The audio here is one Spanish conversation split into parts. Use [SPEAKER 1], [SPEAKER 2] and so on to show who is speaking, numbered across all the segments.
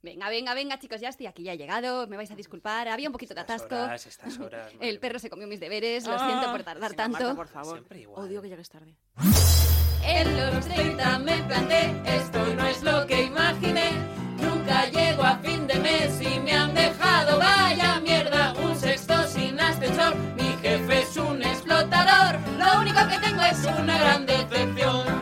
[SPEAKER 1] Venga, venga, venga, chicos, ya estoy aquí, ya he llegado, me vais a disculpar, había un poquito de
[SPEAKER 2] Estas
[SPEAKER 1] atasco.
[SPEAKER 2] horas, estas horas, madre
[SPEAKER 1] El perro se comió mis deberes, lo
[SPEAKER 3] Ah,
[SPEAKER 1] siento por tardar
[SPEAKER 3] Venga,
[SPEAKER 1] tanto.
[SPEAKER 3] Marta, por favor.
[SPEAKER 2] Siempre igual.
[SPEAKER 3] Odio que llegues tarde.
[SPEAKER 1] En los 30 me planté, esto no es lo que imaginé. Nunca llego a fin de mes y me han dejado, vaya mierda, un sexto sin ascensor. Mi jefe es un explotador, lo único que tengo es una gran decepción.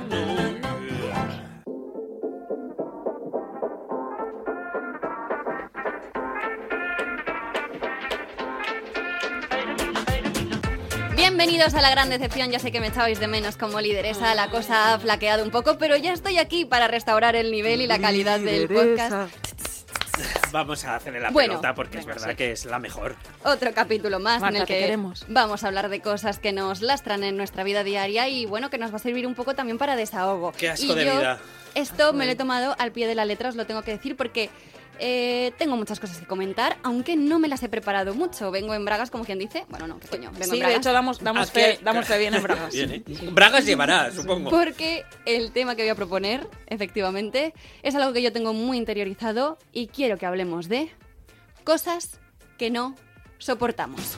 [SPEAKER 1] Bienvenidos a La Gran Decepción, ya sé que me echabais de menos como lideresa, la cosa ha flaqueado un poco, pero ya estoy aquí para restaurar el nivel y la calidad del podcast.
[SPEAKER 2] Vamos a hacerle la
[SPEAKER 1] Bueno,
[SPEAKER 2] pelota porque es
[SPEAKER 3] venga,
[SPEAKER 2] verdad
[SPEAKER 3] sí.
[SPEAKER 2] que es la mejor.
[SPEAKER 1] Otro capítulo más
[SPEAKER 3] Marta,
[SPEAKER 1] en el
[SPEAKER 3] te
[SPEAKER 1] que
[SPEAKER 3] queremos.
[SPEAKER 1] vamos a hablar de cosas que nos lastran en nuestra vida diaria y bueno, que nos va a servir un poco también para desahogo.
[SPEAKER 2] Qué asco
[SPEAKER 1] Y
[SPEAKER 2] de
[SPEAKER 1] yo
[SPEAKER 2] vida.
[SPEAKER 1] Esto me lo he tomado al pie de la letra, os lo tengo que decir porque eh, tengo muchas cosas que comentar, aunque no me las he preparado mucho. Vengo en bragas, como quien dice. Bueno, no, qué coño, vengo
[SPEAKER 3] Sí,
[SPEAKER 1] en
[SPEAKER 3] de
[SPEAKER 1] bragas.
[SPEAKER 3] hecho damos, damos,
[SPEAKER 2] Aquí-
[SPEAKER 3] fe, damos fe bien en
[SPEAKER 1] Ah,
[SPEAKER 3] bragas.
[SPEAKER 2] Bien, ¿eh? Bragas llevará, supongo.
[SPEAKER 1] Porque el tema que voy a proponer, efectivamente, es algo que yo tengo muy interiorizado y quiero que hablemos de cosas que no soportamos.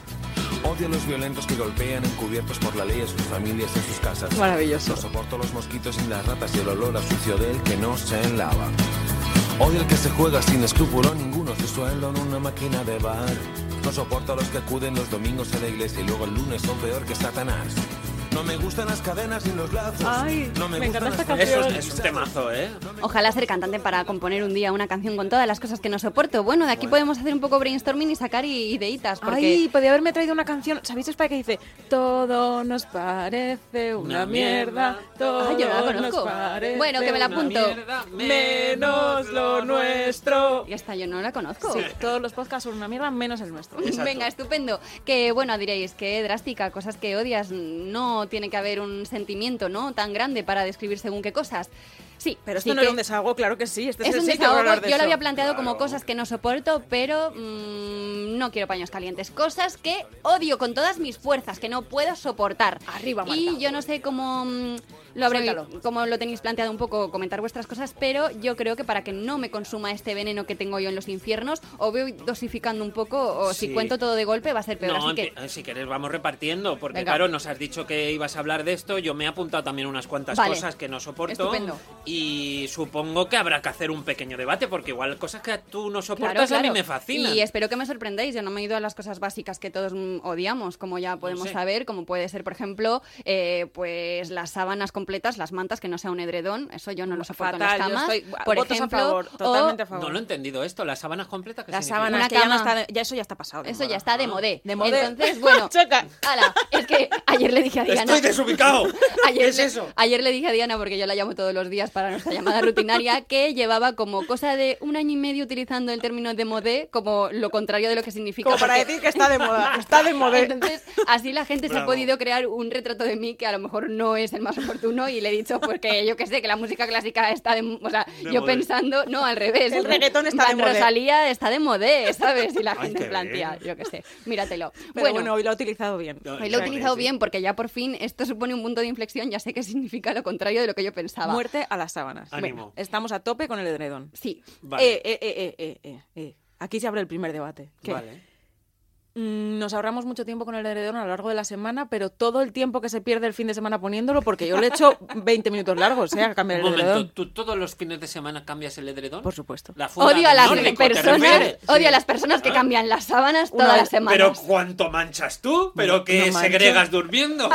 [SPEAKER 4] Odio a los violentos que golpean encubiertos por la ley a sus familias en sus casas.
[SPEAKER 3] Maravilloso.
[SPEAKER 4] No soporto los mosquitos y las ratas y el olor a sucio del que no se lava. Odio al que se juega sin escrúpulo ninguno su sueldo en una máquina de bar. No soporto a los que acuden los domingos a la iglesia y luego el lunes son peor que Satanás. No me gustan las cadenas ni los lazos.
[SPEAKER 3] Ay,
[SPEAKER 4] no me,
[SPEAKER 3] me encanta
[SPEAKER 4] gustan las
[SPEAKER 3] esta
[SPEAKER 4] cosas
[SPEAKER 2] Eso es,
[SPEAKER 3] canción.
[SPEAKER 2] es un temazo, ¿eh?
[SPEAKER 1] Ojalá ser cantante para componer un día una canción con todas las cosas que no soporto. Bueno, de aquí podemos hacer un poco brainstorming y sacar i- ideitas. Porque...
[SPEAKER 3] Ay, podía haberme traído una canción. ¿Sabéis esta que dice Todo nos parece una,
[SPEAKER 2] Una
[SPEAKER 3] mierda,
[SPEAKER 2] mierda,
[SPEAKER 3] todo
[SPEAKER 1] Ah, yo la
[SPEAKER 3] nos
[SPEAKER 1] conozco.
[SPEAKER 3] parece
[SPEAKER 1] Bueno, que me la
[SPEAKER 3] una
[SPEAKER 1] apunto.
[SPEAKER 3] mierda, menos lo nuestro.
[SPEAKER 1] Y esta yo no la conozco.
[SPEAKER 3] Sí, todos los podcasts son una mierda menos el nuestro.
[SPEAKER 2] Exacto.
[SPEAKER 1] Venga, estupendo. Que bueno, diréis que drástica, cosas que odias, no tiene que haber un sentimiento, ¿no? Tan grande para describir según qué cosas. Sí,
[SPEAKER 3] Pero esto
[SPEAKER 1] sí que-
[SPEAKER 3] no era un desahogo, claro que sí. Este es,
[SPEAKER 1] es
[SPEAKER 3] el
[SPEAKER 1] un
[SPEAKER 3] sitio para
[SPEAKER 1] desahogo.
[SPEAKER 3] hablar de
[SPEAKER 1] Yo lo
[SPEAKER 3] eso.
[SPEAKER 1] había planteado como
[SPEAKER 2] Claro.
[SPEAKER 1] cosas que no soporto, pero mm, no quiero paños calientes. Cosas que odio con todas mis fuerzas, que no puedo soportar.
[SPEAKER 3] Arriba, Marta.
[SPEAKER 1] Y yo no sé cómo mm, lo habré,
[SPEAKER 3] Suéltalo.
[SPEAKER 1] cómo lo tenéis planteado un poco, comentar vuestras cosas, pero yo creo que para que no me consuma este veneno que tengo yo en los infiernos, o voy dosificando un poco, o si
[SPEAKER 2] Sí.
[SPEAKER 1] cuento todo de golpe va a ser peor.
[SPEAKER 2] No,
[SPEAKER 1] así que
[SPEAKER 2] empe- si querés vamos repartiendo, porque
[SPEAKER 1] Venga.
[SPEAKER 2] claro, nos has dicho que ibas a hablar de esto, yo me he apuntado también unas cuantas
[SPEAKER 1] Vale.
[SPEAKER 2] cosas que no soporto
[SPEAKER 1] Estupendo.
[SPEAKER 2] y supongo que habrá que hacer un pequeño debate, porque igual cosas que tú no soportas a mí me fascinan.
[SPEAKER 1] Y espero que me sorprendáis. Yo no me he ido a las cosas básicas que todos mm, odiamos, como ya podemos
[SPEAKER 2] sé.
[SPEAKER 1] saber, como puede ser, por ejemplo, eh, pues las sábanas completas, las mantas, que no sea un edredón. Eso yo no lo soporto
[SPEAKER 3] Fatal,
[SPEAKER 1] en las
[SPEAKER 3] yo
[SPEAKER 1] camas.
[SPEAKER 3] estoy-
[SPEAKER 1] por
[SPEAKER 3] votos a
[SPEAKER 1] ejemplo,
[SPEAKER 3] favor,
[SPEAKER 1] o-
[SPEAKER 3] totalmente a favor.
[SPEAKER 2] No lo he entendido esto, las sábanas completas que
[SPEAKER 3] Las
[SPEAKER 1] Una
[SPEAKER 3] sábanas, que ya, no
[SPEAKER 1] cama.
[SPEAKER 3] está de- ya eso ya está pasado. de
[SPEAKER 1] Eso
[SPEAKER 3] moda.
[SPEAKER 1] ya está de modé.
[SPEAKER 3] Ah, De modé.
[SPEAKER 1] Entonces, bueno,
[SPEAKER 3] Choca.
[SPEAKER 1] ala, es que ayer le dije a Diana.
[SPEAKER 2] Estoy desubicado.
[SPEAKER 1] Ayer,
[SPEAKER 2] ¿Qué es
[SPEAKER 1] le-
[SPEAKER 2] eso?
[SPEAKER 1] ayer le dije a Diana, porque yo la llamo todos los días para nuestra llamada rutinaria, que llevaba como cosa de un año y medio utilizando el término de modé como lo contrario de lo que significa.
[SPEAKER 3] Como para
[SPEAKER 1] porque-
[SPEAKER 3] decir que está de moda. Está de moda.
[SPEAKER 1] Entonces, así la gente se ha
[SPEAKER 2] Bravo.
[SPEAKER 1] podido crear un retrato de mí que a lo mejor no es el más oportuno y le he dicho, pues que yo que sé, que la música clásica está de... O sea,
[SPEAKER 2] De
[SPEAKER 1] yo
[SPEAKER 2] modé.
[SPEAKER 1] pensando, no, al revés.
[SPEAKER 3] El reggaetón está
[SPEAKER 1] Van
[SPEAKER 3] de modé.
[SPEAKER 1] Rosalía está de modé, ¿sabes? Y la
[SPEAKER 2] Ay,
[SPEAKER 1] gente
[SPEAKER 2] qué
[SPEAKER 1] plantea, yo que sé, míratelo.
[SPEAKER 3] Pero bueno, hoy lo he utilizado bien.
[SPEAKER 2] No,
[SPEAKER 1] Hoy lo he
[SPEAKER 2] ya
[SPEAKER 1] utilizado
[SPEAKER 2] que sí.
[SPEAKER 1] bien porque ya por fin esto supone un punto de inflexión, ya sé que significa lo contrario de lo que yo pensaba.
[SPEAKER 3] Muerte a las sábanas.
[SPEAKER 2] Ánimo.
[SPEAKER 3] Estamos a tope con el edredón.
[SPEAKER 1] Sí.
[SPEAKER 2] Vale,
[SPEAKER 3] Eh, eh, eh, eh, eh, eh, eh. Aquí se abre el primer debate. que
[SPEAKER 2] vale.
[SPEAKER 3] mm, Nos ahorramos mucho tiempo con el edredón a lo largo de la semana, pero todo el tiempo que se pierde el fin de semana poniéndolo, porque yo le he hecho 20 minutos largos, ¿eh? A cambiar
[SPEAKER 2] Un
[SPEAKER 3] el
[SPEAKER 2] momento,
[SPEAKER 3] edredón.
[SPEAKER 2] ¿tú todos los fines de semana cambias el edredón?
[SPEAKER 3] Por supuesto.
[SPEAKER 2] La funda
[SPEAKER 1] Odio a las
[SPEAKER 2] nórdico, ¿te
[SPEAKER 1] personas,
[SPEAKER 2] refieres?
[SPEAKER 1] odio a las personas que cambian las sábanas
[SPEAKER 3] Una-
[SPEAKER 1] todas las semanas.
[SPEAKER 2] Ah. Pero ¿cuánto manchas tú? ¿Pero qué
[SPEAKER 3] no mancho.
[SPEAKER 2] segregas durmiendo?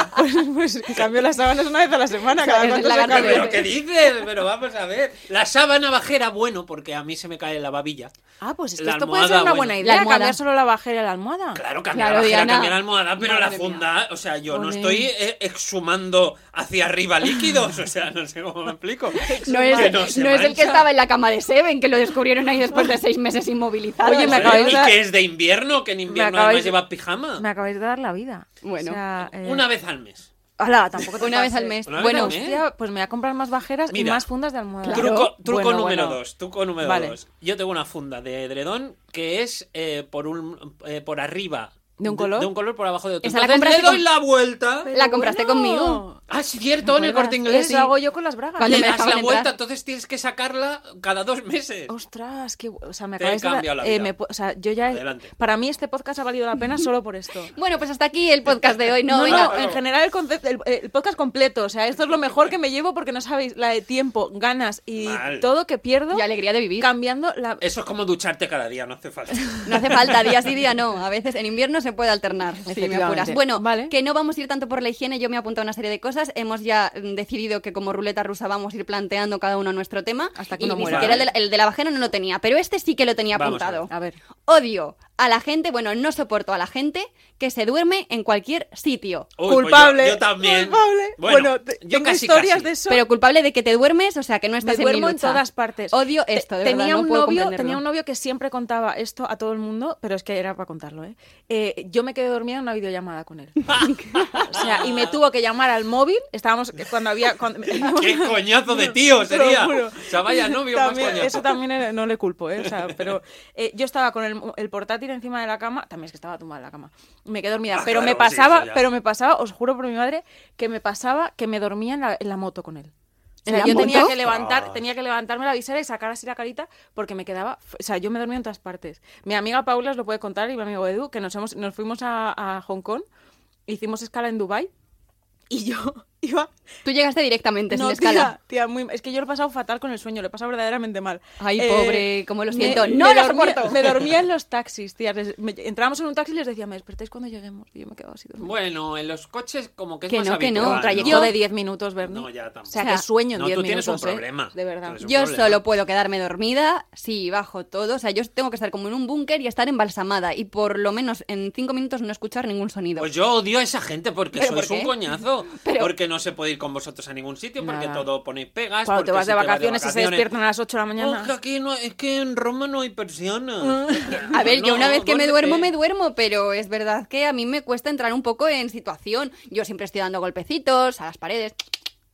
[SPEAKER 3] Pues, pues cambio las sábanas una vez a la semana,
[SPEAKER 1] Es
[SPEAKER 3] cada cuánto
[SPEAKER 1] la
[SPEAKER 3] se
[SPEAKER 1] gana
[SPEAKER 3] cambia.
[SPEAKER 2] ¿Pero
[SPEAKER 1] veces.
[SPEAKER 2] qué dices? Pero vamos a ver. La sábana bajera, bueno, porque a mí se me cae la babilla.
[SPEAKER 3] Ah, pues es que
[SPEAKER 2] La
[SPEAKER 3] esto puede ser
[SPEAKER 2] almohada,
[SPEAKER 3] una
[SPEAKER 2] bueno.
[SPEAKER 3] buena
[SPEAKER 1] La
[SPEAKER 3] idea,
[SPEAKER 1] almohada.
[SPEAKER 3] cambiar solo la bajera y la almohada.
[SPEAKER 2] Claro, cambiar
[SPEAKER 1] Claro,
[SPEAKER 2] la bajera,
[SPEAKER 1] Diana.
[SPEAKER 2] cambiar la almohada, pero la
[SPEAKER 3] Madre
[SPEAKER 2] funda, o sea, yo no
[SPEAKER 3] Ole.
[SPEAKER 2] estoy eh, exhumando hacia arriba líquidos, o sea, no sé cómo me explico.
[SPEAKER 1] No es,
[SPEAKER 2] Que se
[SPEAKER 1] no es el que
[SPEAKER 2] mancha.
[SPEAKER 1] estaba en la cama de Seven, que lo descubrieron ahí después de seis meses inmovilizado.
[SPEAKER 3] Oye, me
[SPEAKER 2] Joder,
[SPEAKER 3] acabáis
[SPEAKER 2] ¿Y
[SPEAKER 3] de-
[SPEAKER 2] que es de invierno? Que en invierno
[SPEAKER 3] acabáis
[SPEAKER 2] además lleva
[SPEAKER 3] de-
[SPEAKER 2] pijama.
[SPEAKER 3] Me acabáis de dar la vida.
[SPEAKER 1] Bueno.
[SPEAKER 3] O sea, eh,
[SPEAKER 2] Una vez al mes.
[SPEAKER 3] Ala, tampoco te
[SPEAKER 1] Una vez
[SPEAKER 3] pases.
[SPEAKER 1] al mes.
[SPEAKER 2] Una vez
[SPEAKER 1] Bueno,
[SPEAKER 2] al mes.
[SPEAKER 3] Hostia, pues me voy a comprar más bajeras y
[SPEAKER 2] Mira.
[SPEAKER 3] más fundas de almohada.
[SPEAKER 1] Claro.
[SPEAKER 2] Truco, truco
[SPEAKER 3] Bueno,
[SPEAKER 2] número
[SPEAKER 3] bueno.
[SPEAKER 2] dos, truco número
[SPEAKER 3] Vale.
[SPEAKER 2] dos. Yo tengo una funda de edredón que es eh, por un eh, por arriba
[SPEAKER 3] ¿De un color?
[SPEAKER 2] De un color por abajo de otro.
[SPEAKER 1] Esa la
[SPEAKER 2] Entonces le
[SPEAKER 1] compraste
[SPEAKER 2] doy
[SPEAKER 1] con-
[SPEAKER 2] la vuelta.
[SPEAKER 1] La compraste conmigo.
[SPEAKER 2] Ah, es cierto, en el corte inglés.
[SPEAKER 3] Eso hago yo con las bragas.
[SPEAKER 1] Cuando
[SPEAKER 2] Le
[SPEAKER 1] me
[SPEAKER 2] das la
[SPEAKER 1] dejaban
[SPEAKER 2] vuelta,
[SPEAKER 1] entrar.
[SPEAKER 2] entonces tienes que sacarla cada dos meses.
[SPEAKER 3] Ostras, que, o sea, me
[SPEAKER 2] Te
[SPEAKER 3] acabáis de
[SPEAKER 2] cambia la
[SPEAKER 3] eh,
[SPEAKER 2] vida.
[SPEAKER 3] me pu- o sea, yo ya he-
[SPEAKER 2] Adelante.
[SPEAKER 3] para mí este podcast ha valido la pena solo por esto.
[SPEAKER 1] Bueno, pues hasta aquí el podcast de hoy. No,
[SPEAKER 3] No,
[SPEAKER 1] venga. eh,
[SPEAKER 3] no, en general el, concepto, el, el podcast completo, o sea, esto es lo mejor que me llevo porque no sabéis la de tiempo, ganas y
[SPEAKER 2] Mal.
[SPEAKER 3] todo que pierdo
[SPEAKER 1] Y alegría de vivir.
[SPEAKER 3] cambiando la
[SPEAKER 2] Eso es como ducharte cada día, no hace falta. pues
[SPEAKER 1] No hace falta día sí, día no. A veces en invierno se puede alternar, si me
[SPEAKER 3] Efectivamente.
[SPEAKER 1] apuras. Bueno,
[SPEAKER 3] Vale.
[SPEAKER 1] que no vamos a ir tanto por la higiene, yo me he apuntado a una serie de cosas. Hemos ya mm, decidido que como ruleta rusa vamos a ir planteando cada uno nuestro tema.
[SPEAKER 3] Hasta que
[SPEAKER 1] y
[SPEAKER 3] uno
[SPEAKER 1] ni
[SPEAKER 3] muera.
[SPEAKER 1] siquiera el de, la, el de la vagina no lo tenía, pero este sí que lo tenía
[SPEAKER 2] Vamos a ver.
[SPEAKER 1] apuntado.
[SPEAKER 3] a ver.
[SPEAKER 1] Odio a la gente, bueno, no soporto a la gente que se duerme en cualquier sitio.
[SPEAKER 2] Uy, pues
[SPEAKER 3] culpable.
[SPEAKER 2] yo, yo también.
[SPEAKER 3] Culpable. Bueno, te-
[SPEAKER 2] yo
[SPEAKER 3] tengo
[SPEAKER 2] casi,
[SPEAKER 3] historias
[SPEAKER 2] casi.
[SPEAKER 3] de eso.
[SPEAKER 1] Pero culpable de que te duermes, o sea, que no
[SPEAKER 3] me
[SPEAKER 1] estás en mi
[SPEAKER 3] duermo en
[SPEAKER 1] lucha.
[SPEAKER 3] todas partes.
[SPEAKER 1] Odio
[SPEAKER 3] Te-
[SPEAKER 1] esto, de
[SPEAKER 3] tenía
[SPEAKER 1] verdad, no
[SPEAKER 3] un
[SPEAKER 1] puedo
[SPEAKER 3] novio,
[SPEAKER 1] comprenderlo.
[SPEAKER 3] tenía un novio que siempre contaba esto a todo el mundo, pero es que era para contarlo, ¿eh? Eh, yo me quedé dormida en una videollamada con él. o sea, y me tuvo que llamar al móvil. Estábamos cuando había cuando-
[SPEAKER 2] ¡Qué coñazo de tío
[SPEAKER 3] Te lo
[SPEAKER 2] sería!
[SPEAKER 3] juro.
[SPEAKER 2] O sea, vaya novio
[SPEAKER 3] También-
[SPEAKER 2] más coñazo.
[SPEAKER 3] Eso también era- no le culpo, ¿eh? O sea, pero eh, yo estaba con el, el portátil encima de la cama, también es que estaba tumbada en la cama. Me quedé dormida,
[SPEAKER 2] Ah,
[SPEAKER 3] pero
[SPEAKER 2] claro,
[SPEAKER 3] me
[SPEAKER 2] sí, eso
[SPEAKER 3] pasaba,
[SPEAKER 2] ya.
[SPEAKER 3] pero me pasaba, os juro por mi madre, que me pasaba que me dormía en la, en la moto con él. O
[SPEAKER 1] ¿En
[SPEAKER 3] sea,
[SPEAKER 1] la
[SPEAKER 3] yo
[SPEAKER 1] moto?
[SPEAKER 3] tenía que
[SPEAKER 2] Ah.
[SPEAKER 3] levantar, tenía que levantarme la visera y sacar así la carita porque me quedaba, o sea, yo me dormía en todas partes. Mi amiga Paula os lo puede contar y mi amigo Edu que nos hemos, nos fuimos a, a Hong Kong, hicimos escala en Dubai y yo iba
[SPEAKER 1] Tú llegaste directamente, sin
[SPEAKER 3] no,
[SPEAKER 1] escala.
[SPEAKER 3] Tía, tía, muy- es que yo lo he pasado fatal con el sueño, lo he pasado verdaderamente mal. Eh,
[SPEAKER 1] Ay, pobre, cómo lo siento. ¡No lo soporto!
[SPEAKER 3] Me dormía en los taxis, tía. Les- me- entrábamos en un taxi y les decía, me despertáis cuando lleguemos. Y yo me quedaba así dormida.
[SPEAKER 2] Bueno, en los coches como que es
[SPEAKER 1] Que
[SPEAKER 2] más
[SPEAKER 1] no, que no,
[SPEAKER 2] habitual,
[SPEAKER 1] un trayecto
[SPEAKER 3] Yo
[SPEAKER 1] de
[SPEAKER 3] de 10 minutos, Bernie.
[SPEAKER 2] No, ya tampoco.
[SPEAKER 3] O sea,
[SPEAKER 1] O sea,
[SPEAKER 3] que sueño en
[SPEAKER 2] no,
[SPEAKER 3] 10
[SPEAKER 2] tú
[SPEAKER 3] minutos.
[SPEAKER 2] tienes un
[SPEAKER 3] ¿eh?
[SPEAKER 2] problema.
[SPEAKER 3] De verdad.
[SPEAKER 2] Tú tienes un
[SPEAKER 1] Yo
[SPEAKER 2] problema.
[SPEAKER 1] solo puedo quedarme dormida si bajo todo. O sea, yo tengo que estar como en un búnker y estar embalsamada. Y por lo menos en cinco minutos no escuchar ningún sonido.
[SPEAKER 2] Pues yo odio a esa gente porque
[SPEAKER 1] ¿Pero
[SPEAKER 2] sois
[SPEAKER 1] por qué?
[SPEAKER 2] un coñazo.
[SPEAKER 1] Pero-
[SPEAKER 2] Porque no se puede ir con vosotros a ningún sitio, porque
[SPEAKER 3] Nada.
[SPEAKER 2] todo ponéis pegas.
[SPEAKER 3] Cuando
[SPEAKER 2] porque
[SPEAKER 3] te vas
[SPEAKER 2] si
[SPEAKER 3] de vacaciones y se
[SPEAKER 2] vacaciones-
[SPEAKER 3] despiertan a las 8 de la
[SPEAKER 2] Oh, que
[SPEAKER 3] mañana.
[SPEAKER 2] aquí no, es que en Roma no hay persianas.
[SPEAKER 1] Mm. a ver, yo
[SPEAKER 2] No,
[SPEAKER 1] una vez que me duermo, me
[SPEAKER 2] duérmete.
[SPEAKER 1] duermo, pero es verdad que a mí me cuesta entrar un poco en situación. Yo siempre estoy dando golpecitos a las paredes,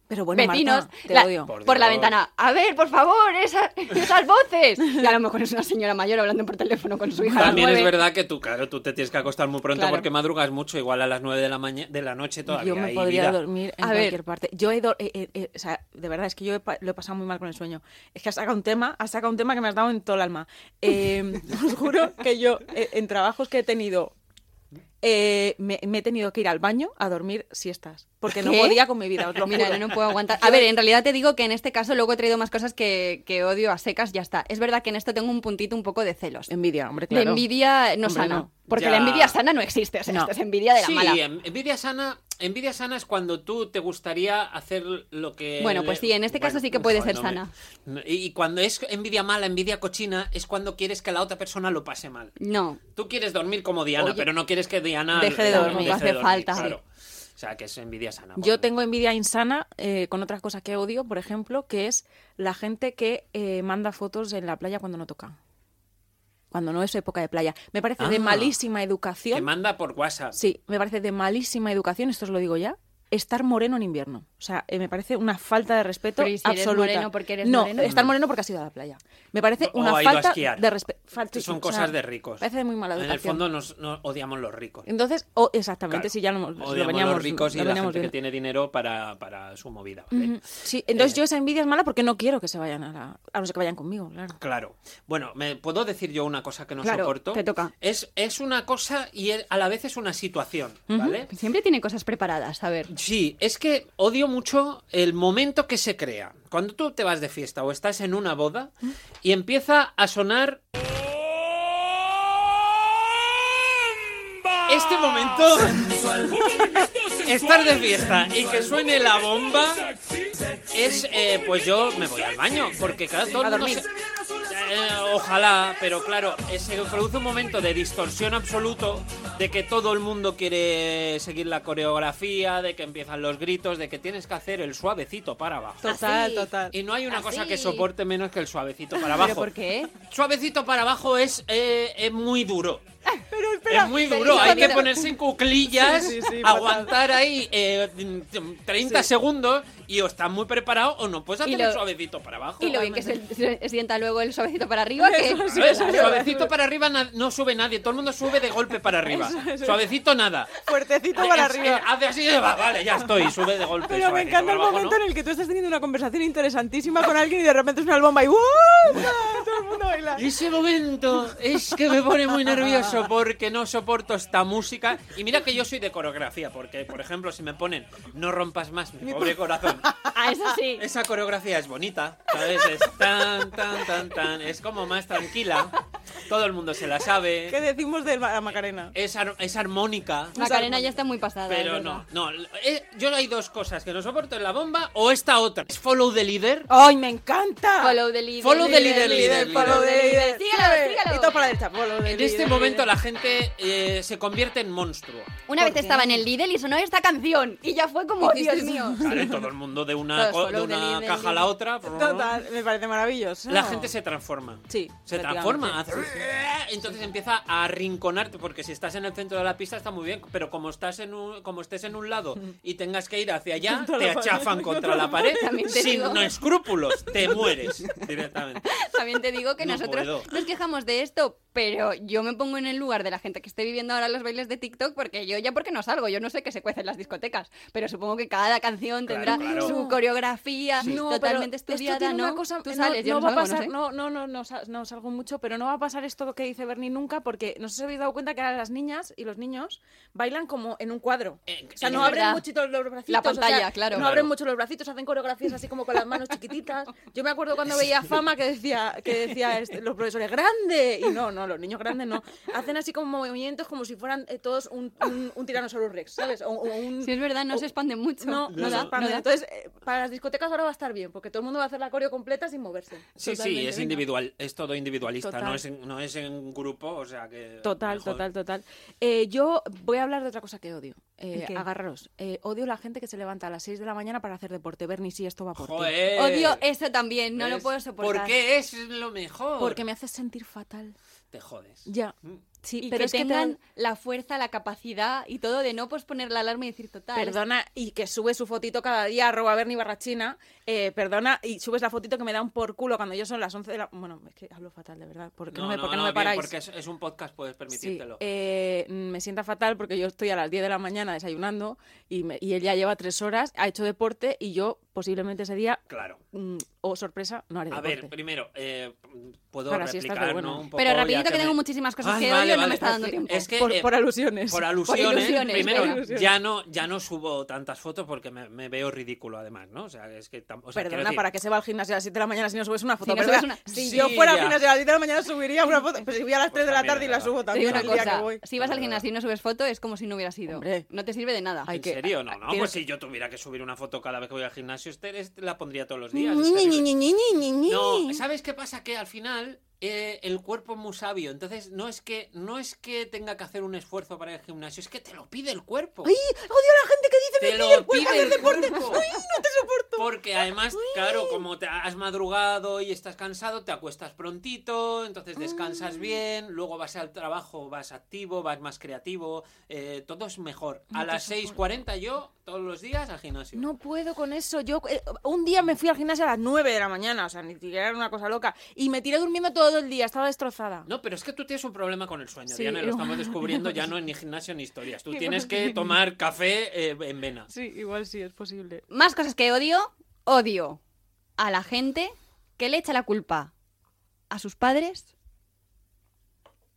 [SPEAKER 3] Pero bueno,
[SPEAKER 1] vecinos,
[SPEAKER 3] Marta, te
[SPEAKER 1] la-
[SPEAKER 3] odio.
[SPEAKER 2] Por
[SPEAKER 1] por, la
[SPEAKER 2] Dios.
[SPEAKER 1] ventana. A ver, por favor, esas, esas voces. Y a lo mejor es una señora mayor hablando por teléfono con su hija. a las
[SPEAKER 2] También es
[SPEAKER 1] nueve.
[SPEAKER 2] verdad que tú, claro, tú te tienes que acostar muy pronto
[SPEAKER 1] Claro.
[SPEAKER 2] porque madrugas mucho, igual a las 9 de la, maña- de la noche todavía
[SPEAKER 3] Yo me
[SPEAKER 2] hay
[SPEAKER 3] podría
[SPEAKER 2] vida.
[SPEAKER 3] dormir en
[SPEAKER 1] A ver.
[SPEAKER 3] cualquier parte. Yo he dor- eh, eh, eh, o sea, de verdad es que yo he pa- lo he pasado muy mal con el sueño. Es que has sacado un tema, has sacado un tema que me has dado en todo el alma. Eh, os juro que yo eh, en trabajos que he tenido eh, me, me he tenido que ir al baño a dormir siestas porque no
[SPEAKER 1] ¿Qué?
[SPEAKER 3] podía con mi vida. Os lo
[SPEAKER 1] Mira,
[SPEAKER 3] juro.
[SPEAKER 1] no, no puedo aguantar. A ver, en realidad te digo que en este caso luego he traído más cosas que, que odio a secas, ya está. Es verdad que en esto tengo un puntito un poco de celos.
[SPEAKER 3] Envidia, hombre,
[SPEAKER 1] De
[SPEAKER 3] claro.
[SPEAKER 1] envidia Em, no
[SPEAKER 3] Hombre,
[SPEAKER 1] sana.
[SPEAKER 3] no.
[SPEAKER 1] Porque
[SPEAKER 2] Ya.
[SPEAKER 1] la envidia sana no existe. O sea,
[SPEAKER 3] No.
[SPEAKER 1] esto es envidia de la
[SPEAKER 2] sí, em.
[SPEAKER 1] mala.
[SPEAKER 2] en- envidia sana, envidia sana es cuando tú te gustaría hacer lo que
[SPEAKER 1] Bueno, pues sí, en este caso sí que puede ser
[SPEAKER 2] no me- Y y cuando es envidia mala, envidia cochina, es cuando quieres que la otra persona lo pase mal.
[SPEAKER 1] No.
[SPEAKER 2] Tú quieres dormir como Diana,
[SPEAKER 1] Oye,
[SPEAKER 2] pero no quieres que Diana
[SPEAKER 3] deje de
[SPEAKER 2] no,
[SPEAKER 3] dormir.
[SPEAKER 2] deje
[SPEAKER 1] Hace
[SPEAKER 2] de dormir,
[SPEAKER 1] falta.
[SPEAKER 2] claro. O sea, que es envidia sana.
[SPEAKER 3] Yo
[SPEAKER 2] Ah, bueno.
[SPEAKER 3] tengo envidia insana eh, con otras cosas que odio, por ejemplo, que es la gente que eh, manda fotos en la playa cuando no toca. Cuando no es época de playa. Me parece de
[SPEAKER 2] Ah.
[SPEAKER 3] malísima
[SPEAKER 2] que
[SPEAKER 3] educación.
[SPEAKER 2] manda por WhatsApp.
[SPEAKER 3] Sí, me parece de malísima educación, esto os lo digo ya, estar moreno en invierno. O sea, eh, me parece una falta de respeto
[SPEAKER 1] Pero ¿y si eres
[SPEAKER 3] absoluta.
[SPEAKER 1] moreno porque eres
[SPEAKER 3] no,
[SPEAKER 1] moreno?
[SPEAKER 3] estar moreno porque has ido a la playa. Me parece
[SPEAKER 2] O
[SPEAKER 3] una
[SPEAKER 2] ha ido a
[SPEAKER 3] falta
[SPEAKER 2] esquiar.
[SPEAKER 3] de respeto.
[SPEAKER 2] Que son cosas de ricos.
[SPEAKER 3] Parece de muy mala
[SPEAKER 2] en
[SPEAKER 3] educación.
[SPEAKER 2] el fondo nos, nos odiamos los ricos.
[SPEAKER 3] Entonces, o exactamente,
[SPEAKER 2] Claro.
[SPEAKER 3] si ya lo, hemos- lo
[SPEAKER 2] Odiamos
[SPEAKER 3] veníamos
[SPEAKER 2] los ricos y
[SPEAKER 3] lo
[SPEAKER 2] la gente
[SPEAKER 3] veníamos
[SPEAKER 2] que
[SPEAKER 3] viendo.
[SPEAKER 2] tiene dinero para, para su movida. ¿vale?
[SPEAKER 3] Ujú. Sí, entonces
[SPEAKER 2] Eh.
[SPEAKER 3] yo esa envidia es mala porque no quiero que se vayan a la... A no ser que vayan conmigo, claro.
[SPEAKER 2] Claro. Bueno, ¿me puedo decir yo una cosa que no
[SPEAKER 1] Claro,
[SPEAKER 2] soporto?
[SPEAKER 1] te toca.
[SPEAKER 2] Es, es una cosa y es- a la vez es una situación, ¿vale?
[SPEAKER 1] Siempre tiene cosas preparadas. A ver.
[SPEAKER 2] Sí, es que odio mucho el momento que se crea. Cuando tú te vas de fiesta o estás en una boda y empieza a sonar... Este momento... Estar de fiesta y que suene la bomba es, eh, pues yo me voy al baño, porque claro, todo el mundo se- Eh, ojalá, pero claro, eh, se produce un momento de distorsión absoluto, de que todo el mundo quiere seguir la coreografía, de que empiezan los gritos, de que tienes que hacer el suavecito para abajo.
[SPEAKER 1] Ah,
[SPEAKER 3] Total, total.
[SPEAKER 2] Y no hay una cosa que
[SPEAKER 1] Así.
[SPEAKER 2] soporte menos que el suavecito para abajo.
[SPEAKER 1] ¿Pero por qué?
[SPEAKER 2] Suavecito para abajo es, eh, es muy duro.
[SPEAKER 3] Ah, Pero
[SPEAKER 2] Es muy duro, hay que ponerse en cuclillas,
[SPEAKER 3] Sí, sí, sí, fatal.
[SPEAKER 2] aguantar ahí eh, 30 segundos y o estás muy preparado o no puedes
[SPEAKER 1] Y
[SPEAKER 2] hacer
[SPEAKER 1] lo-
[SPEAKER 2] el suavecito para abajo.
[SPEAKER 1] Y lo bien que se, se sienta luego el suavecito para arriba, que
[SPEAKER 3] Eso sí.
[SPEAKER 2] Claro, es,
[SPEAKER 3] claro.
[SPEAKER 2] Suavecito para arriba na- no sube nadie, todo el mundo sube de golpe para arriba. Suavecito nada.
[SPEAKER 3] Fuertecito para
[SPEAKER 2] Es- eh,
[SPEAKER 3] arriba.
[SPEAKER 2] Hace así y va, vale, ya estoy, sube de golpe.
[SPEAKER 3] Pero me
[SPEAKER 2] suavecito
[SPEAKER 3] encanta el
[SPEAKER 2] para abajo,
[SPEAKER 3] momento
[SPEAKER 2] ¿no?
[SPEAKER 3] en el que tú estás teniendo una conversación interesantísima con alguien y de repente es una bomba y ¡guau! Todo el mundo baila.
[SPEAKER 2] Ese momento es que me pone muy nervioso porque no soporto esta música. Y mira que yo soy de coreografía, porque, por ejemplo, si me ponen No rompas más, mi pobre corazón.
[SPEAKER 1] ah, eso sí.
[SPEAKER 2] Esa coreografía es bonita, ¿sabes? Es tan, tan, tan, tan. Es como más tranquila. Todo el mundo se la
[SPEAKER 3] ¿Qué
[SPEAKER 2] sabe.
[SPEAKER 3] decimos de la Macarena?
[SPEAKER 2] Es, ar- es armónica.
[SPEAKER 1] Macarena ya está muy pasada.
[SPEAKER 2] Pero
[SPEAKER 1] es
[SPEAKER 2] no,
[SPEAKER 1] verdad.
[SPEAKER 2] no. Eh, Yo hay dos cosas que no soporto en la bomba o esta otra. Es follow the leader.
[SPEAKER 3] ¡Ay, me encanta!
[SPEAKER 1] Follow the leader.
[SPEAKER 2] Follow the leader,
[SPEAKER 3] Líder,
[SPEAKER 2] líder,
[SPEAKER 3] follow
[SPEAKER 2] líder.
[SPEAKER 3] the líder.
[SPEAKER 1] Sígalo, sígalo.
[SPEAKER 3] Y todo para la derecha. follow the
[SPEAKER 2] En
[SPEAKER 3] leader,
[SPEAKER 2] este
[SPEAKER 3] líder.
[SPEAKER 2] momento la gente eh, se convierte en monstruo.
[SPEAKER 1] Una
[SPEAKER 3] ¿Por
[SPEAKER 1] vez
[SPEAKER 3] qué?
[SPEAKER 1] estaba en el Lidl y sonó esta canción. Y ya fue como,
[SPEAKER 3] Oh,
[SPEAKER 1] Dios
[SPEAKER 3] Dios
[SPEAKER 1] mío.
[SPEAKER 2] Claro, y todo el mundo de una,
[SPEAKER 1] Todos
[SPEAKER 2] co- de
[SPEAKER 1] follow the
[SPEAKER 2] una
[SPEAKER 1] leader,
[SPEAKER 2] caja a la
[SPEAKER 1] líder.
[SPEAKER 2] otra.
[SPEAKER 3] Total, me parece maravilloso.
[SPEAKER 2] La gente se transforma.
[SPEAKER 3] Sí,
[SPEAKER 2] Se transforma. hace- Entonces empieza a arrinconarte, porque si estás en el centro de la pista está muy bien, pero como estás en un, como estés en un lado y tengas que ir hacia allá,
[SPEAKER 3] Contra
[SPEAKER 2] te
[SPEAKER 3] la pared.
[SPEAKER 2] achafan contra la pared
[SPEAKER 1] También te
[SPEAKER 2] sin
[SPEAKER 1] digo.
[SPEAKER 2] escrúpulos, te mueres directamente.
[SPEAKER 1] También te digo que
[SPEAKER 2] No
[SPEAKER 1] nosotros
[SPEAKER 2] puedo.
[SPEAKER 1] nos quejamos de esto, pero yo me pongo en el lugar de la gente que esté viviendo ahora los bailes de TikTok porque yo ya porque no salgo, yo no sé qué se cuece en las discotecas, pero supongo que cada canción
[SPEAKER 2] Claro,
[SPEAKER 1] tendrá
[SPEAKER 2] claro.
[SPEAKER 1] su
[SPEAKER 3] Ah,
[SPEAKER 1] coreografía totalmente estudiada, ¿no? Tú sales, yo
[SPEAKER 3] no,
[SPEAKER 1] no,
[SPEAKER 3] va a
[SPEAKER 1] salgo, no
[SPEAKER 3] pasar,
[SPEAKER 1] sé.
[SPEAKER 3] no, no, no, no, sa- no salgo mucho, pero no va a pasar esto que dice Bernie nunca, porque no sé si habéis dado cuenta que ahora las niñas y los niños bailan como en un cuadro.
[SPEAKER 2] Eh,
[SPEAKER 3] o sea,
[SPEAKER 2] es
[SPEAKER 3] no
[SPEAKER 1] verdad.
[SPEAKER 3] abren mucho los bracitos.
[SPEAKER 1] La
[SPEAKER 3] o sea,
[SPEAKER 1] pantalla, claro.
[SPEAKER 3] No
[SPEAKER 1] Claro.
[SPEAKER 3] abren mucho los bracitos, hacen coreografías así como con las manos chiquititas. Yo me acuerdo cuando veía Fama que decía, que decía este, los profesores, ¡grande! Y no, no, los niños grandes no. Hacen así como movimientos como si fueran eh, todos un, un, un Tyrannosaurus Rex, ¿sabes? O, o un,
[SPEAKER 1] Si es verdad, no
[SPEAKER 3] o-
[SPEAKER 1] se expande mucho.
[SPEAKER 3] Oh, no,
[SPEAKER 1] No
[SPEAKER 3] no,
[SPEAKER 1] da,
[SPEAKER 3] da,
[SPEAKER 1] no da.
[SPEAKER 3] Entonces, eh, para las discotecas ahora va a estar bien, porque todo el mundo va a hacer la coreo completa sin moverse.
[SPEAKER 2] Sí, sí,
[SPEAKER 3] Totalmente,
[SPEAKER 2] es
[SPEAKER 3] venga.
[SPEAKER 2] individual, es todo individualista,
[SPEAKER 3] Total.
[SPEAKER 2] no es, en- no es en grupo, o sea que...
[SPEAKER 3] Total,
[SPEAKER 2] mejor.
[SPEAKER 3] total, total. Eh, yo voy a hablar de otra cosa que odio. Eh,
[SPEAKER 1] ¿El qué?
[SPEAKER 3] agarraros. Eh, odio la gente que se levanta a las 6 de la mañana para hacer deporte. Bernie, sí, esto va por ti.
[SPEAKER 2] Joder.
[SPEAKER 1] Odio
[SPEAKER 3] eh,
[SPEAKER 1] eso también, no lo
[SPEAKER 2] Es-
[SPEAKER 1] puedo soportar.
[SPEAKER 2] ¿Por qué es lo mejor?
[SPEAKER 3] Porque me haces sentir fatal.
[SPEAKER 2] te jodes.
[SPEAKER 3] Ya.
[SPEAKER 2] Mm.
[SPEAKER 3] Sí,
[SPEAKER 1] pero que tengan la fuerza, la capacidad y todo de no posponer la alarma y decir total.
[SPEAKER 3] Perdona, y que sube su fotito cada día, arroba Bernie Barrachina. eh, perdona, y subes la fotito que me da un por culo cuando yo son las 11 de la... Bueno, es que hablo fatal, de verdad. ¿Por qué no, me, por qué no me
[SPEAKER 2] bien,
[SPEAKER 3] paráis?
[SPEAKER 2] porque es, es un podcast, puedes
[SPEAKER 3] Sí,
[SPEAKER 2] permitírtelo.
[SPEAKER 3] eh, me sienta fatal porque yo estoy a las 10 de la mañana desayunando y, me- y él ya lleva tres horas, ha hecho deporte y yo posiblemente ese día,
[SPEAKER 2] Claro.
[SPEAKER 3] mm, o sorpresa, no haré
[SPEAKER 2] A
[SPEAKER 3] deporte.
[SPEAKER 2] ver, primero, eh, puedo
[SPEAKER 3] Para si estás de
[SPEAKER 2] replicar,
[SPEAKER 3] buenas.
[SPEAKER 2] ¿no? Un poco,
[SPEAKER 1] Pero
[SPEAKER 2] ya
[SPEAKER 1] rapidito que
[SPEAKER 2] me-
[SPEAKER 1] tengo muchísimas cosas
[SPEAKER 2] Ay,
[SPEAKER 1] que
[SPEAKER 2] vale,
[SPEAKER 1] odio, no
[SPEAKER 2] vale.
[SPEAKER 1] me está dando tiempo.
[SPEAKER 2] Es que,
[SPEAKER 3] por,
[SPEAKER 2] eh,
[SPEAKER 3] por alusiones.
[SPEAKER 2] por alusiones,
[SPEAKER 1] ilusiones,
[SPEAKER 2] primero,
[SPEAKER 1] por
[SPEAKER 3] ilusiones.
[SPEAKER 2] Ya, no, ya no subo tantas fotos porque me, me veo ridículo además, ¿no? O sea, es que... tam- o sea, quiero
[SPEAKER 3] Perdona,
[SPEAKER 2] decir,
[SPEAKER 3] ¿para qué se va al gimnasio a las 7 de la mañana si no subes una foto?
[SPEAKER 1] Si no
[SPEAKER 3] Perdona,
[SPEAKER 1] subes una-
[SPEAKER 3] si
[SPEAKER 2] Sí,
[SPEAKER 3] yo
[SPEAKER 2] ya.
[SPEAKER 3] fuera al gimnasio a las 10 de la mañana subiría una foto, pues si voy a las
[SPEAKER 2] Pues
[SPEAKER 3] 3 de la
[SPEAKER 2] también
[SPEAKER 3] tarde y
[SPEAKER 2] es
[SPEAKER 3] la
[SPEAKER 2] verdad.
[SPEAKER 3] subo
[SPEAKER 1] Te digo
[SPEAKER 3] también
[SPEAKER 1] una
[SPEAKER 3] el día que
[SPEAKER 1] cosa,
[SPEAKER 3] voy.
[SPEAKER 1] si vas al
[SPEAKER 2] Verdad.
[SPEAKER 1] gimnasio y no subes foto es como si no hubieras ido.
[SPEAKER 3] Hombre.
[SPEAKER 1] No te sirve de nada.
[SPEAKER 3] Ay,
[SPEAKER 2] ¿En
[SPEAKER 3] que-
[SPEAKER 2] serio? No, no,
[SPEAKER 3] tienes-
[SPEAKER 2] pues si yo tuviera que subir una foto cada vez que voy al gimnasio, este- este la pondría todos los
[SPEAKER 3] Ni,
[SPEAKER 2] días. este es
[SPEAKER 3] ni,
[SPEAKER 2] terrible.
[SPEAKER 3] ni, ni, ni, ni, ni.
[SPEAKER 2] No, ¿sabes qué pasa? Que al final eh, el cuerpo es muy sabio. Entonces, no es que no es que tenga que hacer un esfuerzo para ir al gimnasio, es que te lo pide el cuerpo.
[SPEAKER 3] ¡Ay! ¡Odio a la gente que dice
[SPEAKER 2] te
[SPEAKER 3] me
[SPEAKER 2] lo
[SPEAKER 3] pide el cuerpo
[SPEAKER 2] pide
[SPEAKER 3] hacer
[SPEAKER 2] el
[SPEAKER 3] deporte!
[SPEAKER 2] cuerpo.
[SPEAKER 3] ¡Ay, no te soporto!
[SPEAKER 2] Porque además, claro, como te has madrugado y estás cansado, te acuestas prontito, entonces descansas
[SPEAKER 3] Ah.
[SPEAKER 2] bien, luego vas al trabajo, vas activo, vas más creativo, eh, todo es mejor. A las 6.40 yo, todos los días, al gimnasio.
[SPEAKER 3] No puedo con eso. Yo eh, un día me fui al gimnasio a las 9 de la mañana, o sea, ni siquiera era una cosa loca. Y me tiré durmiendo todo el día, estaba destrozada.
[SPEAKER 2] No, pero es que tú tienes un problema con el sueño,
[SPEAKER 3] Sí,
[SPEAKER 2] Diana, lo estamos
[SPEAKER 3] igual.
[SPEAKER 2] descubriendo ya no en ni gimnasio ni historias. Tú
[SPEAKER 3] Igual
[SPEAKER 2] tienes que
[SPEAKER 3] sí.
[SPEAKER 2] tomar café eh, en vena.
[SPEAKER 3] Sí, igual sí, es posible.
[SPEAKER 1] Más cosas que odio. Odio a la gente que le echa la culpa a sus padres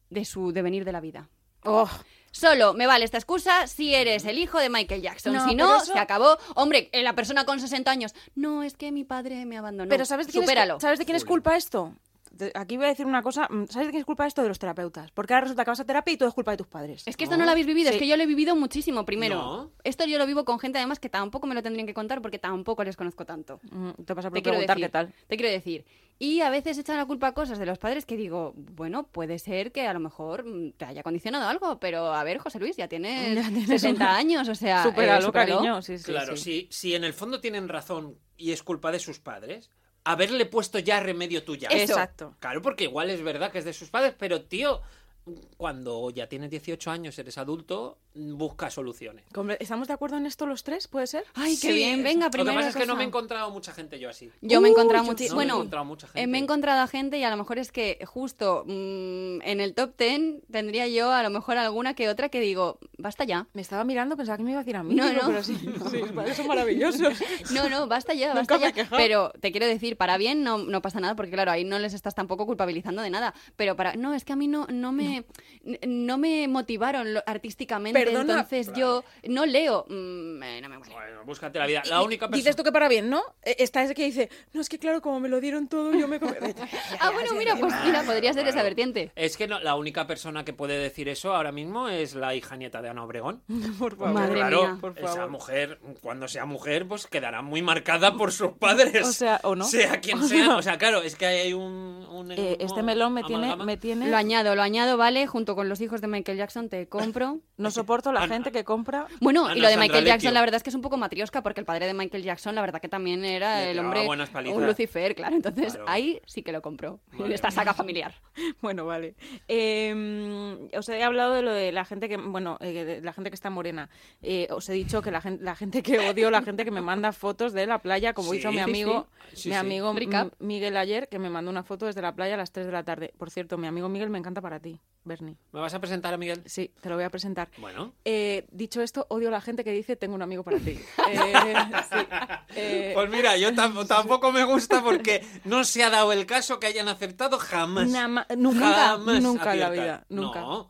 [SPEAKER 1] de su devenir de la vida.
[SPEAKER 3] Oh,
[SPEAKER 1] Solo me vale esta excusa si eres el hijo de Michael Jackson.
[SPEAKER 3] No,
[SPEAKER 1] si
[SPEAKER 3] pero
[SPEAKER 1] no,
[SPEAKER 3] eso-
[SPEAKER 1] se acabó. Hombre, eh, la persona con 60 años. No, es que mi padre me abandonó.
[SPEAKER 3] pero ¿sabes de, quién
[SPEAKER 1] Supéralo.
[SPEAKER 3] Es, ¿sabes de quién es culpa esto? De- Aquí voy a decir una cosa. mm, ¿Sabes de quién es culpa esto? De los terapeutas. Porque ahora resulta que vas a terapia y todo es culpa de tus padres.
[SPEAKER 1] Es que esto no lo habéis vivido, es que yo lo he vivido muchísimo primero.
[SPEAKER 2] No.
[SPEAKER 1] Esto yo lo vivo con gente además que tampoco me lo tendrían que contar porque tampoco les conozco tanto.
[SPEAKER 3] Mm, Te pasa por
[SPEAKER 1] Te quiero
[SPEAKER 3] preguntar
[SPEAKER 1] decir,
[SPEAKER 3] qué tal.
[SPEAKER 1] Te quiero decir. Y a veces echan la culpa a cosas de los padres que digo, bueno, puede ser que a lo mejor mm, te haya condicionado algo, pero a ver, José Luis, ya tienes,
[SPEAKER 3] Ya tienes
[SPEAKER 1] 60
[SPEAKER 3] una-
[SPEAKER 1] años, o sea,
[SPEAKER 3] Supéralo,
[SPEAKER 1] eh, supéralo.
[SPEAKER 3] cariño. Sí, sí,
[SPEAKER 2] claro,
[SPEAKER 3] sí.
[SPEAKER 2] Si, si en el fondo tienen razón y es culpa de sus padres, haberle puesto ya remedio tuya.
[SPEAKER 1] Eso.
[SPEAKER 3] Exacto.
[SPEAKER 2] Claro, porque igual es verdad que es de sus padres, pero tío, cuando ya tienes 18 años, eres adulto, busca soluciones.
[SPEAKER 3] Hombre, ¿Estamos de acuerdo en esto los tres? ¿Puede ser?
[SPEAKER 1] Ay, qué
[SPEAKER 2] Sí,
[SPEAKER 1] bien, venga,
[SPEAKER 2] Lo que
[SPEAKER 1] primero.
[SPEAKER 2] pasa es que no
[SPEAKER 1] cosa.
[SPEAKER 2] me he encontrado mucha gente yo así.
[SPEAKER 1] Yo me he
[SPEAKER 3] Uh,
[SPEAKER 1] encontrado
[SPEAKER 3] yo
[SPEAKER 1] muchi-
[SPEAKER 3] sí.
[SPEAKER 1] Bueno,
[SPEAKER 2] No me he encontrado mucha
[SPEAKER 1] eh, me he
[SPEAKER 2] gente.
[SPEAKER 1] encontrado a gente y a lo mejor es que justo mm, en el top 10 tendría yo a lo mejor alguna que otra que digo, basta ya.
[SPEAKER 3] Me estaba mirando, pensaba que me iba a decir a mí.
[SPEAKER 1] No,
[SPEAKER 3] digo,
[SPEAKER 1] no.
[SPEAKER 3] Pero sí, sí, los padres son maravillosos.
[SPEAKER 1] No, no, basta ya,
[SPEAKER 3] Nunca
[SPEAKER 1] basta
[SPEAKER 3] me he
[SPEAKER 1] ya.
[SPEAKER 3] quejado.
[SPEAKER 1] Pero te quiero decir, para bien no, no pasa nada, porque claro, ahí no les estás tampoco culpabilizando de nada. Pero para. No, es que a mí no, no me n- no me motivaron lo- artísticamente,
[SPEAKER 3] Perdona.
[SPEAKER 1] entonces yo no leo. Mm, eh, no me mola.
[SPEAKER 2] Bueno, búscate la vida. La única persona...
[SPEAKER 3] Dices tú que para bien, ¿no? Eh, Está ese que dice, no, es que claro, como me lo dieron todo, yo me comí.
[SPEAKER 1] Ah, bueno, mira, pues mira, podría ser esa vertiente.
[SPEAKER 2] Es que no- la única persona que puede decir eso ahora mismo es la hija nieta de Ana Obregón.
[SPEAKER 3] Por favor.
[SPEAKER 1] Madre
[SPEAKER 2] claro,
[SPEAKER 1] mía.
[SPEAKER 3] Por
[SPEAKER 2] esa
[SPEAKER 3] favor.
[SPEAKER 2] mujer, cuando sea mujer, pues quedará muy marcada por sus padres.
[SPEAKER 3] O sea, o no.
[SPEAKER 2] Sea quien sea. O sea, claro, es que hay un... un-
[SPEAKER 3] Eh, este melón me tiene,
[SPEAKER 2] amalgama.
[SPEAKER 3] me tiene...
[SPEAKER 1] Lo añado, lo añado, ¿vale? Junto con los hijos de Michael Jackson te compro.
[SPEAKER 3] No soporto la
[SPEAKER 2] Ana-
[SPEAKER 3] gente que compra...
[SPEAKER 1] Bueno,
[SPEAKER 2] Ana
[SPEAKER 1] y lo de
[SPEAKER 2] Ah, Sandra
[SPEAKER 1] Michael Jackson,
[SPEAKER 2] Lecchio.
[SPEAKER 1] la verdad es que es un poco matriosca, porque el padre de Michael Jackson, la verdad que también era
[SPEAKER 2] Le
[SPEAKER 1] el
[SPEAKER 2] pegaba
[SPEAKER 1] hombre,
[SPEAKER 2] buenas palizas.
[SPEAKER 1] un Lucifer, claro. Entonces
[SPEAKER 2] Claro.
[SPEAKER 1] ahí sí que lo compró, en
[SPEAKER 2] Madre
[SPEAKER 1] esta
[SPEAKER 2] mía.
[SPEAKER 1] saga familiar.
[SPEAKER 3] Bueno, vale. Eh, os he hablado de lo de la gente que, bueno, eh, de la gente que está morena. Eh, os he dicho que la gente, la gente que odio, la gente que me manda fotos de la playa, como
[SPEAKER 2] Sí,
[SPEAKER 3] hizo mi
[SPEAKER 2] sí,
[SPEAKER 3] amigo,
[SPEAKER 2] sí. Sí,
[SPEAKER 3] mi
[SPEAKER 2] sí.
[SPEAKER 3] amigo M-
[SPEAKER 1] Recap.
[SPEAKER 3] Miguel ayer, que me mandó una foto desde la playa a las 3 de la tarde. Por cierto, mi amigo Miguel me encanta para ti, Bernie.
[SPEAKER 2] ¿Me vas a presentar a Miguel?
[SPEAKER 3] Sí, te lo voy a presentar.
[SPEAKER 2] Bueno.
[SPEAKER 3] Eh, dicho esto, odio a la gente que dice tengo un amigo para ti. Eh, sí. Eh,
[SPEAKER 2] Pues mira, yo tam- tampoco me gusta porque no se ha dado el caso que hayan aceptado jamás.
[SPEAKER 3] na- ma- nunca,
[SPEAKER 2] Jamás
[SPEAKER 3] nunca en la vida,
[SPEAKER 2] aciertan.
[SPEAKER 3] nunca.
[SPEAKER 2] No.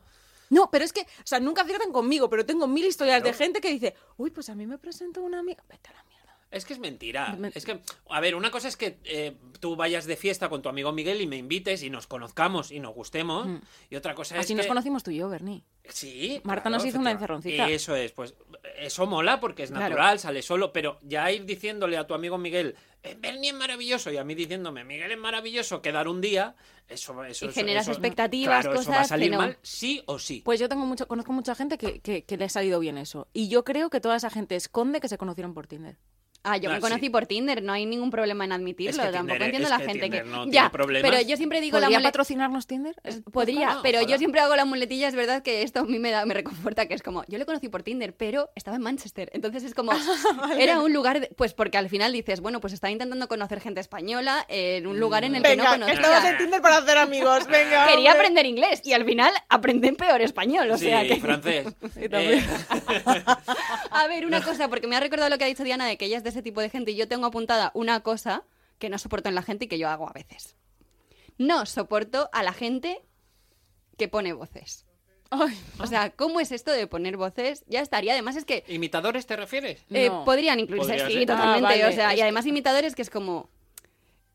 [SPEAKER 3] No, pero es que, o sea, nunca aciertan conmigo, pero tengo mil historias
[SPEAKER 2] Claro.
[SPEAKER 3] de gente que dice, uy, pues a mí me presentó una amiga. Vete a la mierda.
[SPEAKER 2] Es que es mentira.
[SPEAKER 3] Me-
[SPEAKER 2] Es que, a ver, una cosa es que eh, tú vayas de fiesta con tu amigo Miguel y me invites y nos conozcamos y nos gustemos. Y otra cosa es
[SPEAKER 3] Así
[SPEAKER 2] que...
[SPEAKER 3] Mm. Ah, nos conocimos tú y yo, Bernie.
[SPEAKER 2] Sí.
[SPEAKER 3] Marta nos hizo una
[SPEAKER 2] efectivamente.
[SPEAKER 3] encerroncita.
[SPEAKER 2] Eso es, pues eso mola porque es
[SPEAKER 3] Claro.
[SPEAKER 2] natural, sale solo, pero ya ir diciéndole a tu amigo Miguel, "Eh, Bernie es maravilloso, y a mí diciéndome, Miguel es maravilloso, quedar un día, eso eso
[SPEAKER 1] Y
[SPEAKER 2] eso-
[SPEAKER 1] generas
[SPEAKER 2] eso-
[SPEAKER 1] expectativas,
[SPEAKER 2] claro, eso va a
[SPEAKER 1] cosas
[SPEAKER 2] salir
[SPEAKER 1] que no.
[SPEAKER 2] mal, sí o sí.
[SPEAKER 3] Pues yo tengo mucho, conozco mucha gente que, que- que le ha salido bien eso. Y yo creo que toda esa gente esconde que se conocieron por Tinder.
[SPEAKER 1] Ah, yo
[SPEAKER 2] Ah,
[SPEAKER 1] me conocí
[SPEAKER 2] sí.
[SPEAKER 1] por Tinder, no hay ningún problema en admitirlo,
[SPEAKER 2] Es que
[SPEAKER 1] tampoco
[SPEAKER 2] Tinder-
[SPEAKER 1] entiendo
[SPEAKER 2] es
[SPEAKER 1] la
[SPEAKER 2] que
[SPEAKER 1] gente
[SPEAKER 2] Tinder
[SPEAKER 1] que...
[SPEAKER 2] no tiene
[SPEAKER 1] ya,
[SPEAKER 2] problemas.
[SPEAKER 1] pero yo siempre digo la mole-
[SPEAKER 3] ¿Podría
[SPEAKER 1] Eh, pues,
[SPEAKER 3] patrocinarnos Tinder? Es-
[SPEAKER 1] Podría,
[SPEAKER 2] Ojalá,
[SPEAKER 1] pero
[SPEAKER 2] ojalá.
[SPEAKER 1] yo siempre hago la muletilla, es verdad que esto a mí me, da, me reconforta, que es como, yo le conocí por Tinder, pero estaba en Manchester. Entonces es como, era un lugar, de- pues porque al final dices, bueno, pues estaba intentando conocer gente española en un lugar en el que no
[SPEAKER 2] Ah,
[SPEAKER 1] conocía.
[SPEAKER 3] Tinder para hacer amigos, venga.
[SPEAKER 1] Quería aprender inglés y al final aprendí peor español, o
[SPEAKER 2] sí,
[SPEAKER 1] sea que...
[SPEAKER 2] francés. Eh,
[SPEAKER 3] Y también.
[SPEAKER 1] A ver, una cosa, porque me ha recordado lo que ha dicho Diana de que ella es de ese tipo de gente y yo tengo apuntada una cosa que no soporto en la gente y que yo hago a veces. No soporto a la gente que pone voces. O sea, ¿cómo es esto de poner voces? Ya estaría. Además es que
[SPEAKER 2] ¿Imitadores te refieres?
[SPEAKER 1] eh,
[SPEAKER 3] No.
[SPEAKER 1] podrían incluirse,
[SPEAKER 2] Podría
[SPEAKER 1] sí,
[SPEAKER 2] ser.
[SPEAKER 1] totalmente.
[SPEAKER 3] Ah, vale.
[SPEAKER 1] O sea,
[SPEAKER 3] Es
[SPEAKER 1] y
[SPEAKER 3] que-
[SPEAKER 1] además imitadores que es como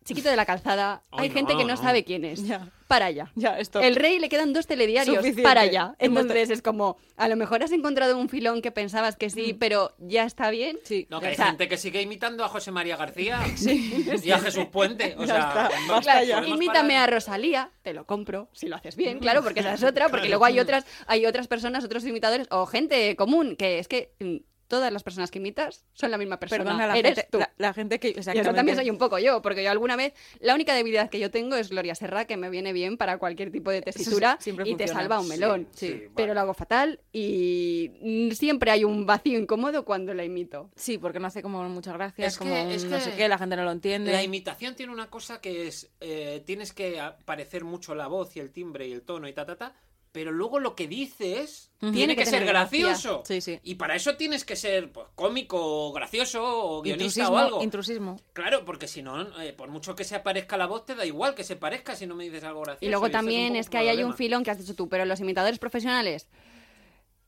[SPEAKER 1] chiquito de la calzada.
[SPEAKER 2] Ay,
[SPEAKER 1] Hay
[SPEAKER 2] no,
[SPEAKER 1] gente que no,
[SPEAKER 2] no.
[SPEAKER 1] sabe quién es.
[SPEAKER 3] Ya.
[SPEAKER 1] Para allá.
[SPEAKER 3] Ya, esto.
[SPEAKER 1] El rey le quedan dos telediarios
[SPEAKER 3] Suficiente.
[SPEAKER 1] para allá.
[SPEAKER 3] Hemos
[SPEAKER 1] Entonces es como, a lo mejor has encontrado un filón que pensabas que sí, pero ya está bien.
[SPEAKER 3] Mm. Sí.
[SPEAKER 2] No, que
[SPEAKER 1] O
[SPEAKER 2] hay
[SPEAKER 1] sea-
[SPEAKER 2] gente que sigue imitando a José María García y a Jesús Puente. O sea,
[SPEAKER 3] está,
[SPEAKER 2] no-
[SPEAKER 3] basta
[SPEAKER 1] Claro,
[SPEAKER 3] ya.
[SPEAKER 2] podemos
[SPEAKER 1] imítame
[SPEAKER 2] parar.
[SPEAKER 1] a Rosalía, te lo compro, si lo haces bien, claro, porque esa es otra, porque luego hay otras, hay otras personas, otros imitadores, o gente común, que es que mm, todas las personas que imitas son la misma persona.
[SPEAKER 3] Perdona, la
[SPEAKER 1] Eres
[SPEAKER 3] gente,
[SPEAKER 1] tú.
[SPEAKER 3] la, la gente que...
[SPEAKER 1] Y eso
[SPEAKER 3] exactamente.
[SPEAKER 1] también soy un poco yo, porque yo alguna vez, la única debilidad que yo tengo es Gloria Serra, que me viene bien para cualquier tipo de tesitura y
[SPEAKER 3] siempre
[SPEAKER 1] te
[SPEAKER 3] funciona.
[SPEAKER 1] salva un melón.
[SPEAKER 2] Sí, sí, vale.
[SPEAKER 1] Pero lo hago fatal y mm, siempre hay un vacío incómodo cuando la imito.
[SPEAKER 3] Sí, porque no hace como muchas gracias,
[SPEAKER 2] Es que-
[SPEAKER 3] como un
[SPEAKER 2] es
[SPEAKER 3] no
[SPEAKER 2] que
[SPEAKER 3] sé qué, la gente no lo entiende.
[SPEAKER 2] La imitación tiene una cosa que es, eh, tienes que a- parecer mucho la voz y el timbre y el tono y ta, ta, ta, pero luego lo que dices
[SPEAKER 3] Ujú.
[SPEAKER 2] tiene
[SPEAKER 1] Tiene
[SPEAKER 2] que
[SPEAKER 1] que
[SPEAKER 2] ser
[SPEAKER 1] tener gracia.
[SPEAKER 2] gracioso.
[SPEAKER 3] Sí, sí.
[SPEAKER 2] Y para eso tienes que ser pues, cómico o gracioso o guionista
[SPEAKER 3] intrusismo,
[SPEAKER 2] o algo.
[SPEAKER 3] intrusismo.
[SPEAKER 2] Claro, porque si no, eh, por mucho que se aparezca la voz, te da igual que se parezca si no me dices algo gracioso.
[SPEAKER 1] Y luego
[SPEAKER 2] ese un
[SPEAKER 1] también
[SPEAKER 2] poco
[SPEAKER 1] es que ahí hay un
[SPEAKER 2] problema.
[SPEAKER 1] filón que has dicho tú, pero los imitadores profesionales,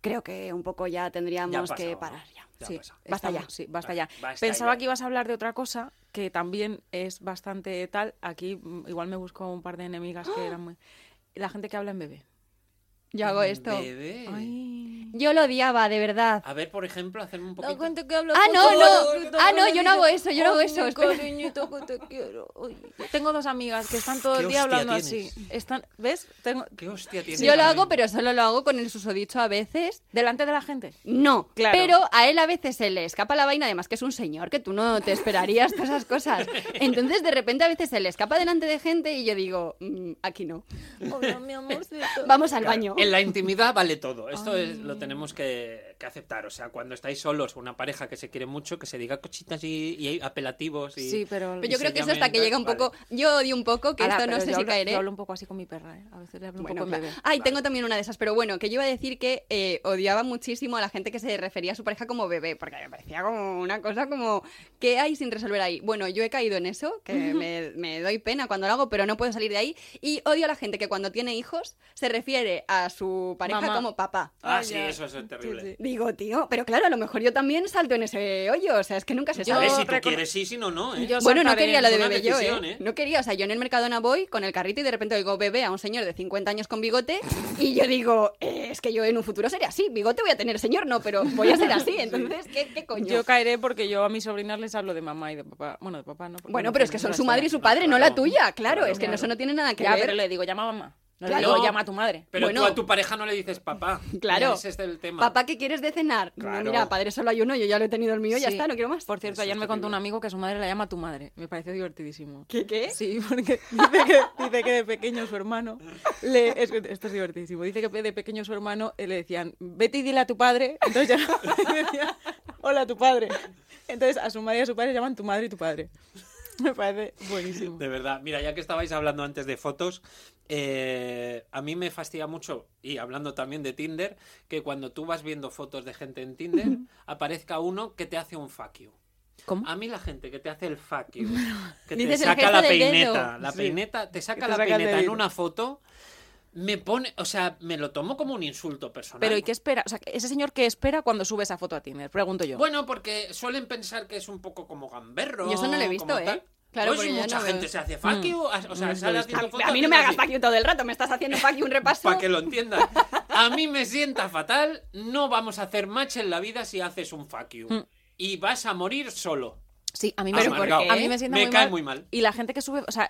[SPEAKER 1] creo que un poco ya tendríamos
[SPEAKER 2] Ya ha pasado,
[SPEAKER 1] que
[SPEAKER 2] ¿no?
[SPEAKER 1] parar ya.
[SPEAKER 2] Ya ha
[SPEAKER 3] sí,
[SPEAKER 2] pasado.
[SPEAKER 1] Basta
[SPEAKER 3] estamos-
[SPEAKER 1] ya.
[SPEAKER 3] Sí, basta
[SPEAKER 2] Vale,
[SPEAKER 3] ya.
[SPEAKER 2] basta
[SPEAKER 3] Pensaba
[SPEAKER 2] ya.
[SPEAKER 3] que ibas a hablar de otra cosa que también es bastante tal. Aquí mm, igual me busco un par de enemigas
[SPEAKER 2] ¡Ah!
[SPEAKER 3] que eran muy... La gente que habla en bebé. eh.
[SPEAKER 1] Yo
[SPEAKER 2] Mm,
[SPEAKER 1] hago esto.
[SPEAKER 2] Bebé.
[SPEAKER 3] Ay.
[SPEAKER 1] Yo lo odiaba, de verdad.
[SPEAKER 2] A ver, por ejemplo, hacerme un poquito...
[SPEAKER 3] que habla
[SPEAKER 1] Ah, no,
[SPEAKER 3] con-
[SPEAKER 1] no.
[SPEAKER 3] con-
[SPEAKER 1] Ah, no, yo no hago
[SPEAKER 3] con-
[SPEAKER 1] eso, yo Ah, no hago
[SPEAKER 3] Ay,
[SPEAKER 1] eso,
[SPEAKER 3] mi
[SPEAKER 1] espera.
[SPEAKER 3] cariñito, que te quiero. Ay. Tengo dos amigas que están todo
[SPEAKER 2] ¿Qué
[SPEAKER 3] el día
[SPEAKER 2] hostia
[SPEAKER 3] hablando
[SPEAKER 2] tienes?
[SPEAKER 3] así. Están, ¿Ves? Tengo...
[SPEAKER 2] ¿Qué hostia tiene
[SPEAKER 1] Yo lo
[SPEAKER 2] también?
[SPEAKER 1] hago, pero solo lo hago con el susodicho a veces.
[SPEAKER 3] Delante de la gente.
[SPEAKER 1] No,
[SPEAKER 3] Claro.
[SPEAKER 1] pero a él a veces se le escapa la vaina, además que es un señor, que tú no te esperarías todas esas cosas. Entonces, de repente, a veces se le escapa delante de gente y yo digo, "Mm, aquí no.
[SPEAKER 3] Hola, mi amorcito.
[SPEAKER 1] Vamos al
[SPEAKER 2] Claro,
[SPEAKER 1] baño.
[SPEAKER 2] En la intimidad vale todo. Esto es, lo tenemos que, que aceptar. O sea, cuando estáis solos, una pareja que se quiere mucho, que se diga cochitas y, y apelativos. Y,
[SPEAKER 3] Sí, pero-
[SPEAKER 1] Pero yo
[SPEAKER 2] y
[SPEAKER 1] creo
[SPEAKER 2] se
[SPEAKER 1] que eso hasta que
[SPEAKER 2] llamen-
[SPEAKER 1] llega un
[SPEAKER 2] vale.
[SPEAKER 1] poco. Yo odio un poco, que
[SPEAKER 3] Ala,
[SPEAKER 1] esto no
[SPEAKER 3] pero
[SPEAKER 1] sé
[SPEAKER 3] yo
[SPEAKER 1] si
[SPEAKER 3] hablo-
[SPEAKER 1] caeré. Ah,
[SPEAKER 3] Yo hablo un poco así con mi perra, ¿eh? A veces le hablo
[SPEAKER 1] Bueno,
[SPEAKER 3] un poco en
[SPEAKER 1] claro.
[SPEAKER 3] bebé.
[SPEAKER 1] Ay, tengo también una de esas, pero bueno, que yo iba a decir que eh, odiaba muchísimo a la gente que se refería a su pareja como bebé, porque me parecía como una cosa como, ¿qué hay sin resolver ahí? Bueno, yo he caído en eso, que me, me doy pena cuando lo hago, pero no puedo salir de ahí, y odio a la gente que cuando tiene hijos se refiere a su pareja
[SPEAKER 3] Mamá.
[SPEAKER 1] como papá.
[SPEAKER 2] Ah, sí, eso, eso es terrible.
[SPEAKER 1] Digo, tío, pero claro, a lo mejor yo también salto en ese hoyo, o sea, es que nunca se
[SPEAKER 3] Yo-
[SPEAKER 2] A
[SPEAKER 1] sabe.
[SPEAKER 2] ver, si tú
[SPEAKER 3] recono-
[SPEAKER 2] quieres sí, si no, no. ¿eh?
[SPEAKER 3] Yo
[SPEAKER 1] Bueno, no
[SPEAKER 3] saltaré
[SPEAKER 1] quería lo de
[SPEAKER 2] es una
[SPEAKER 1] bebé yo,
[SPEAKER 2] decisión,
[SPEAKER 1] ¿eh?
[SPEAKER 2] ¿eh?
[SPEAKER 1] No quería, o sea, yo en el Mercadona voy con el carrito y de repente oigo bebé a un señor de 50 años con bigote y yo digo, "Eh, es que yo en un futuro seré así, bigote voy a tener señor, no, pero voy a ser así, entonces, ¿qué, qué coño?
[SPEAKER 3] Yo caeré porque yo a mis sobrinas les hablo de mamá y de papá. Bueno, de papá no. porque
[SPEAKER 1] bueno,
[SPEAKER 3] no
[SPEAKER 1] pero es que
[SPEAKER 3] tienen
[SPEAKER 1] son su
[SPEAKER 3] razón.
[SPEAKER 1] madre y su padre, no la
[SPEAKER 2] Claro,
[SPEAKER 1] tuya, claro,
[SPEAKER 2] claro,
[SPEAKER 1] es que no,
[SPEAKER 2] claro.
[SPEAKER 1] eso no tiene nada que
[SPEAKER 3] Ya,
[SPEAKER 1] ver.
[SPEAKER 3] pero le digo, llama a mamá. No
[SPEAKER 1] Claro.
[SPEAKER 3] le digo, llama a tu madre.
[SPEAKER 2] Pero
[SPEAKER 1] Bueno.
[SPEAKER 2] tú a tu pareja no le dices papá.
[SPEAKER 1] Claro.
[SPEAKER 2] Ese es el tema.
[SPEAKER 1] Papá, ¿qué quieres de cenar? No,
[SPEAKER 2] Claro.
[SPEAKER 1] Mira, padre, solo hay uno, yo ya lo he tenido el mío, ya
[SPEAKER 3] Sí.
[SPEAKER 1] está, no quiero más.
[SPEAKER 3] Por cierto,
[SPEAKER 2] Eso
[SPEAKER 3] ayer
[SPEAKER 2] es
[SPEAKER 3] me contó
[SPEAKER 2] terrible.
[SPEAKER 3] un amigo que a su madre la llama tu madre. Me pareció divertidísimo.
[SPEAKER 1] ¿Qué qué?
[SPEAKER 3] Sí, porque dice que, dice que de pequeño su hermano le. es que esto es divertidísimo. Dice que de pequeño su hermano eh, le decían, vete y dile a tu padre. Entonces ya decía, hola tu padre. Entonces a su madre y a su padre llaman tu madre y tu padre. Me parece buenísimo.
[SPEAKER 2] De verdad, mira, ya que estabais hablando antes de fotos, eh, a mí me fastidia mucho, y hablando también de Tinder, que cuando tú vas viendo fotos de gente en Tinder, aparezca uno que te hace un fuck you.
[SPEAKER 3] ¿Cómo?
[SPEAKER 2] A mí la gente que te hace el fuck you, que te
[SPEAKER 1] Dices el
[SPEAKER 2] saca
[SPEAKER 1] gesto
[SPEAKER 2] la
[SPEAKER 1] del dedo.
[SPEAKER 2] peineta, la
[SPEAKER 3] Sí.
[SPEAKER 2] peineta, te
[SPEAKER 3] Que
[SPEAKER 2] saca
[SPEAKER 3] te
[SPEAKER 2] la
[SPEAKER 3] saca el
[SPEAKER 2] peineta en
[SPEAKER 3] dedito.
[SPEAKER 2] una foto, me pone, o sea, me lo tomo como un insulto personal.
[SPEAKER 3] Pero ¿y qué espera? O sea, ese señor qué espera cuando sube esa foto a Tinder, pregunto yo.
[SPEAKER 2] Bueno, porque suelen pensar que es un poco como gamberro.
[SPEAKER 1] Yo eso no lo he visto,
[SPEAKER 2] como
[SPEAKER 1] ¿eh?
[SPEAKER 2] tal.
[SPEAKER 1] Claro,
[SPEAKER 2] Pues
[SPEAKER 1] porque yo
[SPEAKER 2] mucha
[SPEAKER 1] no veo. Mm.
[SPEAKER 2] gente se hace fuck you, o sea,
[SPEAKER 3] no lo he
[SPEAKER 2] sale
[SPEAKER 3] visto.
[SPEAKER 2] haciendo fotos
[SPEAKER 1] A mí no
[SPEAKER 2] y
[SPEAKER 1] me
[SPEAKER 2] así.
[SPEAKER 1] hagas fuck you todo el rato, me estás haciendo fuck you un repaso.
[SPEAKER 2] Para que lo entiendan. A mí me sienta fatal. No vamos a hacer match en la vida si haces un fuck you.
[SPEAKER 1] Mm.
[SPEAKER 2] Y vas a morir solo.
[SPEAKER 3] Sí, a mí me,
[SPEAKER 2] Pero ¿por qué?
[SPEAKER 3] a mí me sienta
[SPEAKER 2] Ah, Me
[SPEAKER 3] muy
[SPEAKER 2] cae
[SPEAKER 3] mal.
[SPEAKER 2] muy mal.
[SPEAKER 3] Y la gente que sube, o sea,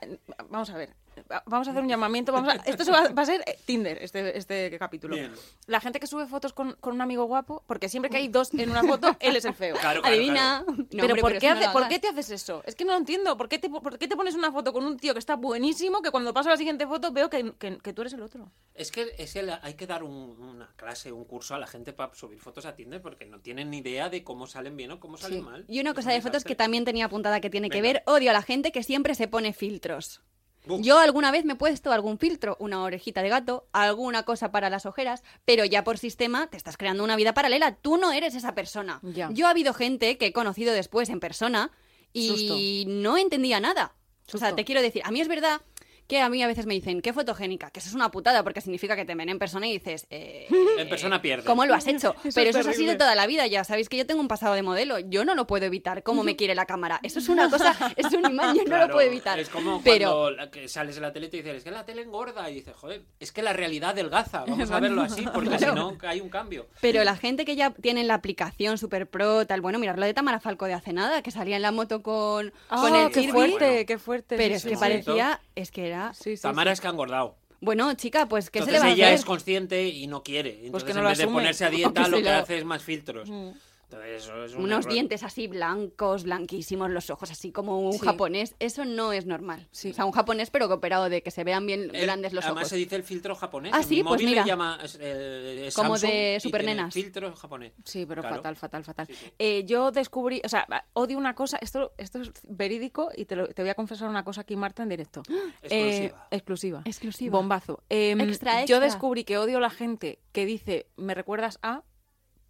[SPEAKER 3] vamos a ver, va- vamos a hacer un llamamiento, vamos a, esto se va, va a ser eh, Tinder, este, este capítulo.
[SPEAKER 2] Bien.
[SPEAKER 3] La gente que sube fotos con, con un amigo guapo, porque siempre que hay dos en una foto, él es el feo.
[SPEAKER 2] Claro, claro,
[SPEAKER 1] Adivina.
[SPEAKER 2] claro.
[SPEAKER 1] No,
[SPEAKER 3] pero,
[SPEAKER 1] hombre,
[SPEAKER 3] ¿por, qué
[SPEAKER 1] eso no
[SPEAKER 3] hace-
[SPEAKER 1] lo
[SPEAKER 3] ¿por
[SPEAKER 1] hagas.
[SPEAKER 3] qué te haces eso? Es que no lo entiendo. ¿Por qué, te, ¿Por qué te pones una foto con un tío que está buenísimo que cuando paso a la siguiente foto veo que, que- que tú eres el otro?
[SPEAKER 2] Es que, es que la- hay que dar un- una clase, un curso a la gente para subir fotos a Tinder porque no tienen ni idea de cómo salen bien o cómo salen
[SPEAKER 1] Sí.
[SPEAKER 2] mal.
[SPEAKER 1] Y una
[SPEAKER 2] Es
[SPEAKER 1] cosa
[SPEAKER 2] un
[SPEAKER 1] de fotos
[SPEAKER 2] desastre.
[SPEAKER 1] que también tenía apuntada que tiene que
[SPEAKER 2] Venga.
[SPEAKER 1] ver, odio a la gente que siempre se pone filtros.
[SPEAKER 2] Buf.
[SPEAKER 1] Yo alguna vez me he puesto algún filtro, una orejita de gato, alguna cosa para las ojeras, pero ya por sistema te estás creando una vida paralela. Tú no eres esa persona.
[SPEAKER 3] Ya.
[SPEAKER 1] Yo ha habido gente que he conocido después en persona y no entendía nada. O sea,
[SPEAKER 3] Susto.
[SPEAKER 1] te quiero decir, a mí es verdad que a mí a veces me dicen, qué fotogénica, que eso es una putada porque significa que te ven en persona y dices, eh,
[SPEAKER 2] En persona pierde.
[SPEAKER 1] ¿Cómo lo has hecho?
[SPEAKER 3] Eso es
[SPEAKER 1] Pero eso es así
[SPEAKER 3] terrible.
[SPEAKER 1] de toda la vida. Ya sabéis que yo tengo un pasado de modelo. Yo no lo puedo evitar cómo me quiere la cámara. Eso es una cosa, es un imán, yo no
[SPEAKER 2] Claro,
[SPEAKER 1] lo puedo evitar.
[SPEAKER 2] Es como
[SPEAKER 1] Pero
[SPEAKER 2] cuando la- que sales de la tele y te dicen, es que la tele engorda. Y dices, joder, es que la realidad delgaza. Vamos a verlo así porque si no hay un cambio.
[SPEAKER 1] Pero la gente que ya tiene la aplicación super pro, tal, bueno, mirar lo de Tamara Falco de hace nada, que salía en la moto con, con
[SPEAKER 3] Ah,
[SPEAKER 1] el
[SPEAKER 3] qué
[SPEAKER 1] Fitbit,
[SPEAKER 3] fuerte,
[SPEAKER 2] Bueno.
[SPEAKER 3] qué fuerte!
[SPEAKER 1] Pero
[SPEAKER 3] Sí,
[SPEAKER 1] es
[SPEAKER 3] sí,
[SPEAKER 1] que
[SPEAKER 3] sí.
[SPEAKER 1] parecía, es que era.
[SPEAKER 3] Sí, sí, sí.
[SPEAKER 2] Tamara es que ha engordado.
[SPEAKER 1] Bueno, chica, pues que se le
[SPEAKER 2] Entonces
[SPEAKER 1] va a
[SPEAKER 2] ella
[SPEAKER 1] hacer?
[SPEAKER 2] es consciente y no quiere. Entonces,
[SPEAKER 3] Pues que no
[SPEAKER 2] en
[SPEAKER 3] lo
[SPEAKER 2] vez de
[SPEAKER 3] asume.
[SPEAKER 2] ponerse a
[SPEAKER 1] Pues
[SPEAKER 2] dieta,
[SPEAKER 1] sí
[SPEAKER 2] lo que
[SPEAKER 1] lo-
[SPEAKER 2] hace es más filtros.
[SPEAKER 3] Mm.
[SPEAKER 2] Entonces, eso es un
[SPEAKER 1] Unos
[SPEAKER 2] error.
[SPEAKER 1] dientes así blancos, blanquísimos, los ojos así como un
[SPEAKER 3] Sí.
[SPEAKER 1] japonés, eso no es normal.
[SPEAKER 3] Sí.
[SPEAKER 1] O sea, un japonés pero que operado de que se vean bien
[SPEAKER 2] El-
[SPEAKER 1] grandes los
[SPEAKER 2] Además,
[SPEAKER 1] ojos.
[SPEAKER 2] se dice el filtro japonés.
[SPEAKER 1] Ah,
[SPEAKER 2] En
[SPEAKER 1] sí,
[SPEAKER 2] mi
[SPEAKER 1] pues
[SPEAKER 2] móvil le
[SPEAKER 1] mira.
[SPEAKER 2] llama, es, eh, es
[SPEAKER 1] Como
[SPEAKER 2] Samsung
[SPEAKER 1] de
[SPEAKER 2] y tiene
[SPEAKER 1] supernenas.
[SPEAKER 2] Filtro japonés.
[SPEAKER 3] Sí, pero
[SPEAKER 2] Claro.
[SPEAKER 3] fatal, fatal, fatal.
[SPEAKER 2] Sí, sí.
[SPEAKER 3] Eh, yo descubrí, o sea, odio una cosa, esto, esto es verídico y te, lo- te voy a confesar una cosa aquí, Marta, en directo.
[SPEAKER 2] Exclusiva.
[SPEAKER 3] Eh, exclusiva.
[SPEAKER 1] Exclusiva.
[SPEAKER 3] Bombazo. Eh,
[SPEAKER 1] Extra,
[SPEAKER 3] Yo
[SPEAKER 1] extra.
[SPEAKER 3] descubrí que odio a la gente que dice, me recuerdas a,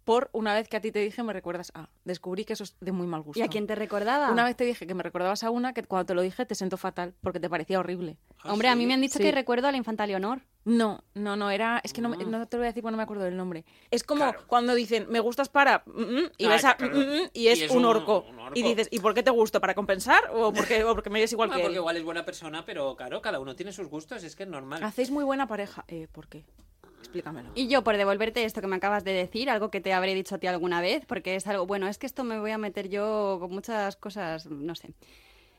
[SPEAKER 3] por una vez que a ti te dije, me recuerdas a. Descubrí que eso es de muy mal gusto.
[SPEAKER 1] ¿Y a quién Ah. te recordaba?
[SPEAKER 3] Una vez te dije que me recordabas a una que cuando te lo dije te sentó fatal porque te parecía horrible.
[SPEAKER 2] Ah,
[SPEAKER 1] Hombre, a
[SPEAKER 2] sí.
[SPEAKER 1] mí me han dicho
[SPEAKER 3] Sí.
[SPEAKER 1] que recuerdo a la infanta Leonor.
[SPEAKER 3] No, no, no, era. Es que no, me- no te lo voy a decir porque no me acuerdo del nombre. Es como
[SPEAKER 2] Claro.
[SPEAKER 3] cuando dicen, me gustas para. mm, mm", y
[SPEAKER 2] Ah,
[SPEAKER 3] ves a.
[SPEAKER 2] claro.
[SPEAKER 3] mm, mm, y es, un, orco.
[SPEAKER 2] un orco.
[SPEAKER 3] Y dices, ¿y por qué te gusto? ¿Para compensar? ¿O porque, o porque me eres igual
[SPEAKER 2] Ah,
[SPEAKER 3] que
[SPEAKER 2] porque
[SPEAKER 3] él?
[SPEAKER 2] igual es buena persona, pero claro, cada uno tiene sus gustos, es que es normal.
[SPEAKER 3] Hacéis muy buena pareja. Eh, ¿Por qué? Explícamelo.
[SPEAKER 1] Y yo, por devolverte esto que me acabas de decir, algo que te habré dicho a ti alguna vez, porque es algo, bueno, es que esto me voy a meter yo con muchas cosas, no sé.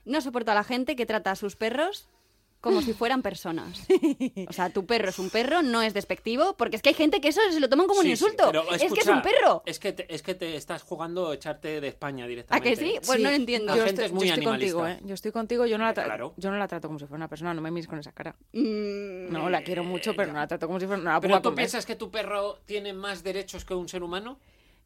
[SPEAKER 1] No soporto a la gente que trata a sus perros como si fueran personas. O sea, tu perro es un perro, no es despectivo, porque es que hay gente que eso se lo toman como un
[SPEAKER 2] Sí, sí,
[SPEAKER 1] insulto.
[SPEAKER 2] pero,
[SPEAKER 1] es que es
[SPEAKER 2] escucha, eh,
[SPEAKER 1] un perro.
[SPEAKER 2] Es que, te, es que te estás jugando a echarte de España
[SPEAKER 1] ¿A
[SPEAKER 2] directamente.
[SPEAKER 1] que sí? Pues no lo entiendo.
[SPEAKER 2] La
[SPEAKER 3] Yo
[SPEAKER 2] gente
[SPEAKER 3] estoy,
[SPEAKER 2] es muy
[SPEAKER 3] yo estoy
[SPEAKER 2] animalista. Ah,
[SPEAKER 3] contigo, ¿eh? Yo estoy contigo, yo no, la tra-
[SPEAKER 2] Claro.
[SPEAKER 3] yo no la trato como si fuera una persona, no me mires con esa cara.
[SPEAKER 1] Mm,
[SPEAKER 3] No, la quiero mucho, pero no la trato como si fuera una
[SPEAKER 2] Eh, ¿Pero tú
[SPEAKER 1] ¿eh?
[SPEAKER 2] piensas que tu perro tiene más derechos que un ser humano?